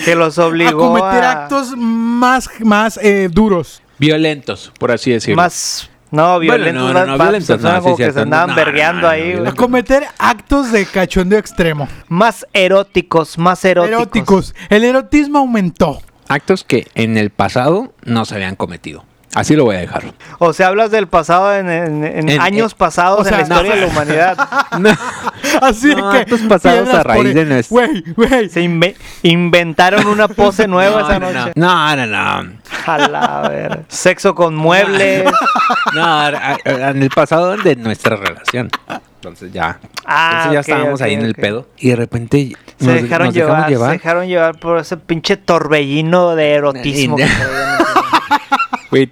E: que los
D: A
E: obligó a,
D: cometer actos más, más eh, duros.
C: Violentos, por así decirlo.
E: más No,
C: Bueno,
E: violentos,
C: no, no,
E: las
C: no,
E: papas,
C: violentos
E: personas
C: no, sí,
E: como que
C: cierto,
E: se andaban
C: no,
E: vergueando
C: no, no,
E: ahí, güey.
D: A cometer actos de cachondeo extremo.
E: Más eróticos, más eróticos.
D: Eróticos. El erotismo aumentó. [laughs]
C: Actos que en el pasado no se habían cometido. Así lo voy a
D: [laughs]
C: dejar.
E: O sea, hablas del pasado en, en- en
C: En- eh,
E: años
C: en-
E: pasados
D: o sea,
E: en
D: no.
E: la historia de la humanidad.
D: [laughs]
C: No.
D: Así
C: No,
D: que.
C: actos pasados
D: piedras
C: a raíz
D: por-
C: de nuestro-
D: Güey, güey.
E: Se inve- inventaron
C: [laughs]
E: una pose nueva
C: no,
E: esa
C: no,
E: noche.
C: No, no, no.
E: A la ver. Sexo
C: [laughs]
E: con muebles.
C: No, a- a- en el pasado de nuestra relación. Entonces ya.
E: Ah,
C: entonces ya
E: ok,
C: estábamos
E: ok,
C: ahí en el
E: ok.
C: pedo. Y de repente
E: Se
C: nos-
E: dejaron,
C: nos
E: llevar,
C: dejamos
E: se dejaron llevar por ese pinche torbellino de erotismo.
C: [laughs]
E: que
C: Y-
E: traían.
C: Güey,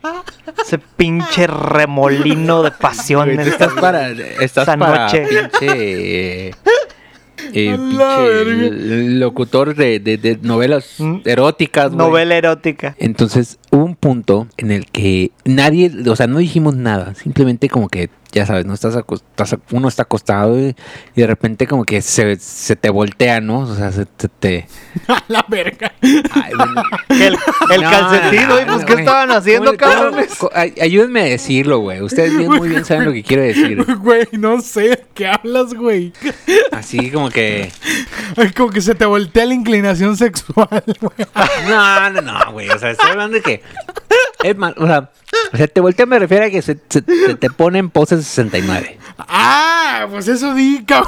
E: ese pinche remolino de
C: Güey,
E: pasiones.
C: tú estás
E: cabrón.
C: para, estás
E: Esa
C: para [laughs]
E: noche.
C: pinche, eh, eh,
D: A la
C: pinche
D: verga.
C: l- locutor de, de- de novelas
E: Mm.
C: eróticas, güey.
E: Novela erótica.
C: Entonces hubo un punto en el que nadie, o sea, no dijimos nada, simplemente como que, ya sabes, no estás, acos- estás ac- uno está acostado y, y de repente como que se, se te voltea, ¿no? O sea, se, te- te...
D: [laughs] A la
C: [laughs]
D: verga. [laughs]
C: Ay, bueno.
E: El, [laughs] el
C: No,
E: calcetín,
C: no,
E: güey, pues,
C: no,
E: ¿qué
C: güey.
E: estaban
C: ¿Cómo-
E: haciendo,
C: cómo-
E: cabrones?
C: co- ay- Ayúdenme a decirlo, güey. Ustedes bien, muy bien saben lo que quiero decir.
D: Güey, no sé. ¿Qué hablas, güey?
C: Así como que...
D: Ay, Como que se te voltea la inclinación sexual, [laughs] güey.
C: No, no, no, güey. O sea, estoy hablando de que. Es mal, o sea, se te voltea me refiero a que se, se- se te pone en pose 69.
D: Ah, pues eso di, cabrón.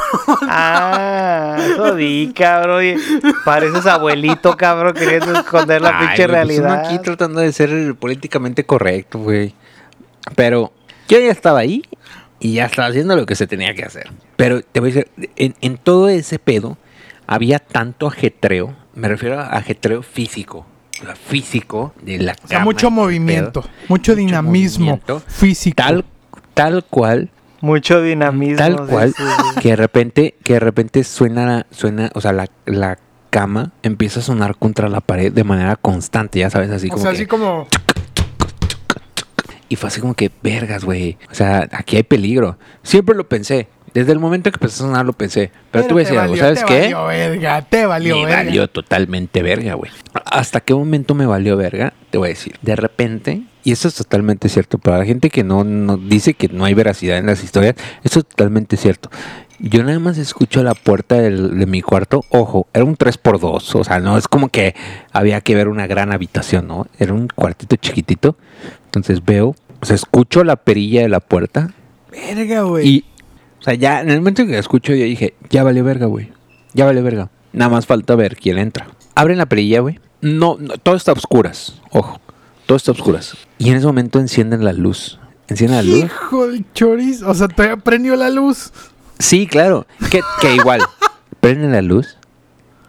E: Ah, eso di, cabrón. y Pareces abuelito, cabrón, queriendo esconder la
C: Ay,
E: pinche
C: güey, pues uno
E: realidad.
C: aquí tratando de ser políticamente correcto, güey. Pero yo ya estaba ahí y ya estaba haciendo lo que se tenía que hacer. Pero te voy a decir, en, en todo ese pedo había tanto ajetreo. Me refiero a ajetreo físico. o sea, Físico de la
D: O sea,
C: cama
D: mucho
C: y todo el
D: movimiento,
C: pedo.
D: mucho dinamismo
C: movimiento.
D: físico.
C: Tal, tal cual
E: Mucho dinamismo.
C: Tal
E: sí,
C: cual,
E: sí, sí.
C: que de repente, que de repente suena, suena, o sea, la, la cama empieza a sonar contra la pared de manera constante, ya sabes, así
D: o
C: como
D: sea,
C: que-
D: así como.
C: y fue así como que, vergas, güey, o sea, aquí hay peligro. Siempre lo pensé, desde el momento que empezó a sonar lo pensé, pero, tú ves
D: te
C: algo,
D: valió,
C: ¿sabes
D: te
C: qué?
D: Valió, verga, te valió,
C: me
D: verga.
C: valió totalmente verga, güey. ¿Hasta qué momento me valió verga? Te voy a decir. De repente, y eso es totalmente cierto, para la gente que no, no dice que no hay veracidad en las historias, eso es totalmente cierto. Yo nada más escucho la puerta del- de mi cuarto, ojo, era un 3x2, o sea, no es como que había que ver una gran habitación, ¿no? Era un cuartito chiquitito. Entonces veo, o sea, escucho la perilla de la puerta,
D: Verga, güey.
C: y, o sea, ya en el momento que la escucho, yo dije, ya valió verga, güey. Ya valió verga. Nada más falta ver quién entra. Abren la perilla, güey. No, no, todo está a oscuras. Ojo, todo está a oscuras. Y en ese momento encienden la luz. ¿Encienden la luz?
D: Hijo del choriz. O sea, todavía prendió la luz.
C: Sí, claro. Que, que
D: [laughs]
C: igual. Prenden la luz.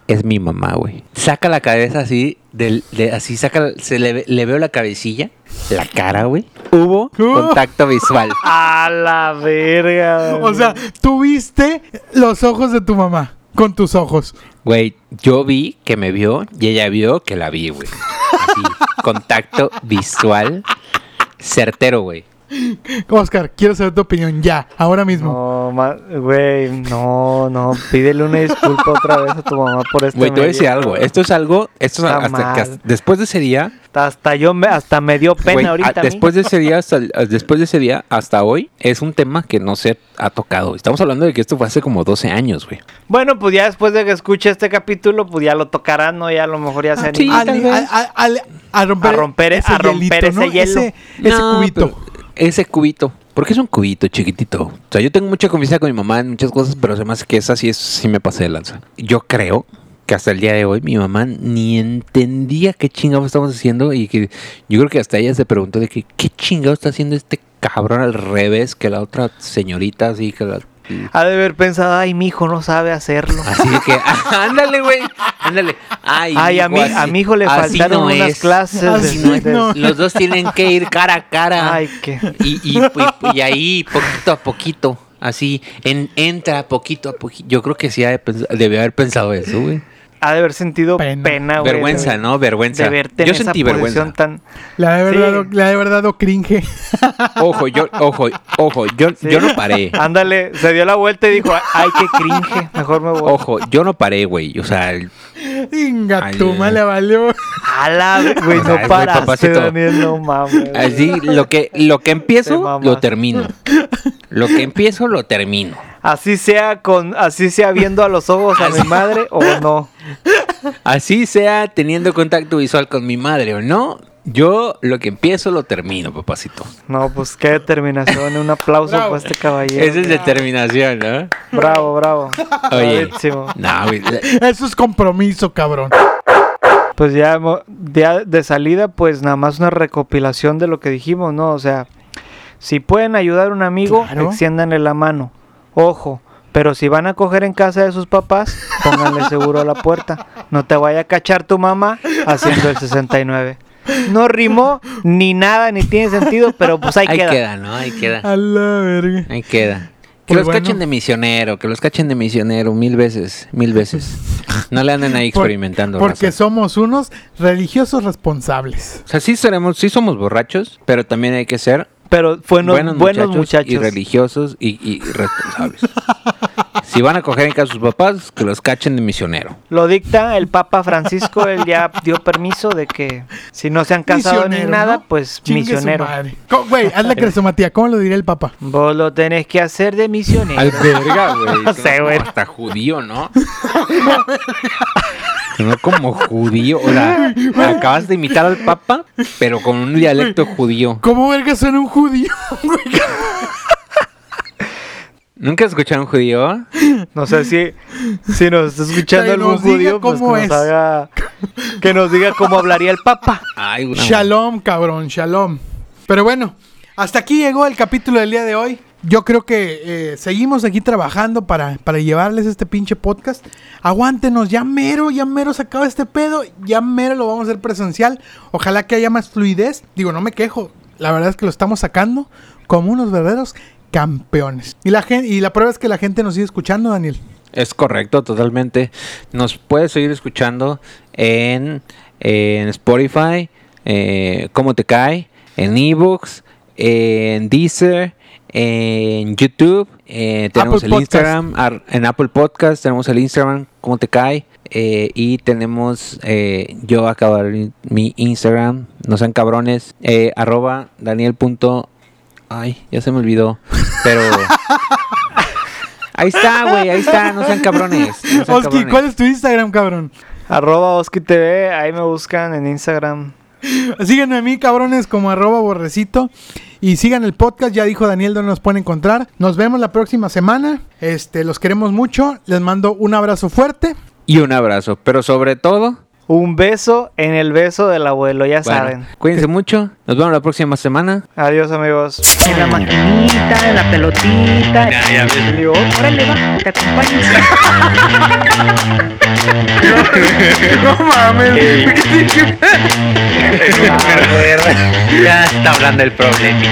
C: Es mi mamá, güey. Saca la cabeza así, del, de, así saca, se le, ve- le veo la cabecilla, la cara, güey. Hubo contacto visual.
E: A la verga.
D: O sea, tú viste los ojos de tu mamá con tus ojos.
C: Güey, yo vi que me vio y ella vio que la vi, güey.
E: [laughs]
C: Así, contacto visual certero, güey.
D: Oscar, quiero saber tu opinión ya, ahora mismo.
E: No, ma- güey, no, no, pídele una disculpa otra vez a tu mamá por este
C: Güey, te voy a decir
E: medio.
C: algo. Esto es algo, esto es
E: Está
C: hasta que
E: mal.
C: hasta- después de ese día,
E: Hasta yo me, hasta me dio pena
C: güey, a-
E: ahorita. ¿eh? a mí.
C: después de ese
E: [laughs]
C: día hasta el- después de ese día hasta hoy es un tema que no se ha tocado. Estamos hablando de que esto fue hace como 12 años, güey.
E: Bueno, pues ya después de que escuche este capítulo, pues ya lo tocarán, ¿no? Ya a lo mejor ya se
C: Ah, sí,
E: anima.
D: Al-
C: tal vez.
D: al- al- al- a romper,
E: A romper- a romper ese hielo.
D: Ese, ese
C: No, pues,
D: cubito.
C: pero Ese cubito. Porque es un cubito chiquitito. O sea, yo tengo mucha confianza con mi mamá en muchas cosas, pero además que esa sí, es, sí me pasé de lanza. Yo creo que hasta el día de hoy mi mamá ni entendía qué chingados estamos haciendo y que yo creo que hasta ella se preguntó de que qué chingado está haciendo este cabrón al revés que la otra señorita así que la...
E: Ha de haber pensado, ay, mi hijo no sabe hacerlo.
C: Así de que, [laughs] ándale, güey, ándale. Ay,
E: Ay, a
C: mijo,
E: mi,
C: así-
E: a mi hijo le
C: así
E: faltaron
C: no
E: unas
C: es.
E: clases. de-
D: Así
E: de-
D: no.
C: Los dos tienen que ir cara a cara.
E: Ay, qué.
C: Y, y, y- y ahí, poquito a poquito, así, en, entra poquito a poquito. Yo creo que sí ha de pens- debió haber pensado eso, güey.
E: Ha de haber sentido
D: Pena.
E: pena, güey.
C: vergüenza,
E: Ah, de-
C: ¿no? Vergüenza.
E: De verte en
C: yo
E: esa
C: sentí
E: posición
C: vergüenza.
E: tan...
D: La de verdad,
E: Sí.
D: la de verdad o cringe. [laughs]
C: Ojo, yo, ojo, ojo, yo,
E: Sí. Ah,
C: yo no
E: [laughs]
C: paré.
E: Ándale, se dio la vuelta y dijo, ay, qué cringe, mejor me voy.
C: Ojo, yo no paré, güey. O sea, el-
D: Inga,
C: Ay,
D: tu
C: ay,
D: madre,
C: ay.
D: valió.
E: A la güey,
C: Ay,
E: no
C: güey,
E: paraste,
C: papacito.
E: Daniel, no mames. güey.
C: Así, lo que, lo que
E: Te
C: empiezo,
E: mamas.
C: lo termino. Lo que empiezo, lo termino.
E: Así sea con, así sea viendo a los ojos a mi madre o no.
C: Así sea teniendo contacto visual con mi madre o no, yo lo que empiezo, lo termino, papacito.
E: No, pues qué determinación. Un aplauso
D: Bravo.
E: para este caballero.
C: Esa es determinación, ¿no?
E: Bravo, bravo.
C: Oye.
E: Bravísimo.
C: No, güey. la-
D: Eso es compromiso, cabrón.
E: Pues ya, hemo- ya de salida, pues nada más una recopilación de lo que dijimos, ¿no? O sea, si pueden ayudar a un amigo,
D: Claro.
E: extiéndanle la mano. Ojo, pero si van a coger en casa de sus papás, pónganle seguro a la puerta. No te vaya a cachar tu mamá haciendo el 69. No rimó ni nada, ni tiene sentido, pero pues ahí,
C: Ahí
E: queda.
C: queda, Ah, ¿no? Ahí queda.
D: A la verga.
C: Ahí queda. Que
D: Pues
C: los
D: bueno.
C: cachen de misionero, que los cachen de misionero mil veces, mil [laughs] veces. No le anden ahí
D: Por-
C: experimentando.
D: Porque
C: raza.
D: somos unos religiosos responsables.
C: O sea, sí, seremos, sí somos borrachos, pero también hay que ser
E: Pero buenos, buenos, muchachos.
C: y religiosos y, y [laughs] responsables. si van a coger en casa a sus papás, que los cachen de misionero.
E: Lo dicta el Papa Francisco, él ya dio permiso de que si no se han casado ni
D: Misionero,
E: nada,
D: ¿no?
E: pues
D: Chingue su
E: misionero.
D: madre. Co- Güey, haz
E: [laughs]
D: la cresomatía. ¿Cómo lo diría el papa?
E: Vos lo tenés que hacer de
C: Al
E: [laughs] misionero.
C: verga, güey.
E: No sé, güey.
C: Hasta judío, ¿no? [laughs] No como judío. O sea, acabas de imitar al papa, pero con un dialecto judío.
D: ¿Cómo verga suena un judío? [laughs] güey?
C: ¿Nunca escucharon judío?
E: No sé si, si nos está escuchando
D: Que
E: algún
D: nos diga
E: judío, pues
D: cómo
E: que,
D: es.
E: Nos haga- que nos diga cómo hablaría el Papa.
C: Ay, güey.
D: Shalom, cabrón, shalom. Pero bueno, hasta aquí llegó el capítulo del día de hoy. Yo creo que eh, seguimos aquí trabajando para, para llevarles este pinche podcast. Aguántenos, ya mero, ya mero se acaba este pedo, ya mero lo vamos a hacer presencial. Ojalá que haya más fluidez. Digo, no me quejo, la verdad es que lo estamos sacando como unos verdaderos campeones. Y la, gen- y la prueba es que la gente nos sigue escuchando, Daniel.
C: Es correcto, totalmente. Nos puedes seguir escuchando en, en Spotify, eh, Cómo te cae, en eBooks, en Deezer, en YouTube, eh, tenemos
D: Apple
C: el
D: Podcast.
C: Instagram, ar- en Apple Podcast, tenemos el Instagram, Cómo te cae, eh, y tenemos, eh, yo acabo de abrir mi Instagram, no sean cabrones, eh, arroba Daniel. punto- Ay, ya se me olvidó, pero... Ahí está, güey, ahí está, no sean cabrones. no sean
D: Oski,
C: cabrones.
D: ¿cuál es tu Instagram, cabrón?
E: Arroba Oski TV, ahí me buscan en Instagram.
D: [laughs] Síganme a mí, cabrones, como arroba borrecito. Y sigan el podcast, ya dijo Daniel dónde nos pueden encontrar. Nos vemos la próxima semana. Este, los queremos mucho. Les mando un abrazo fuerte.
C: Y un abrazo, pero sobre todo,
E: Un beso en el beso del abuelo, ya
C: bueno,
E: saben.
C: cuídense mucho, nos vemos la próxima semana.
E: Adiós, amigos.
B: En la maquinita, en la pelotita. Órale, va, te acompaño. [laughs] no mames. [laughs]
C: Ya está hablando el problema.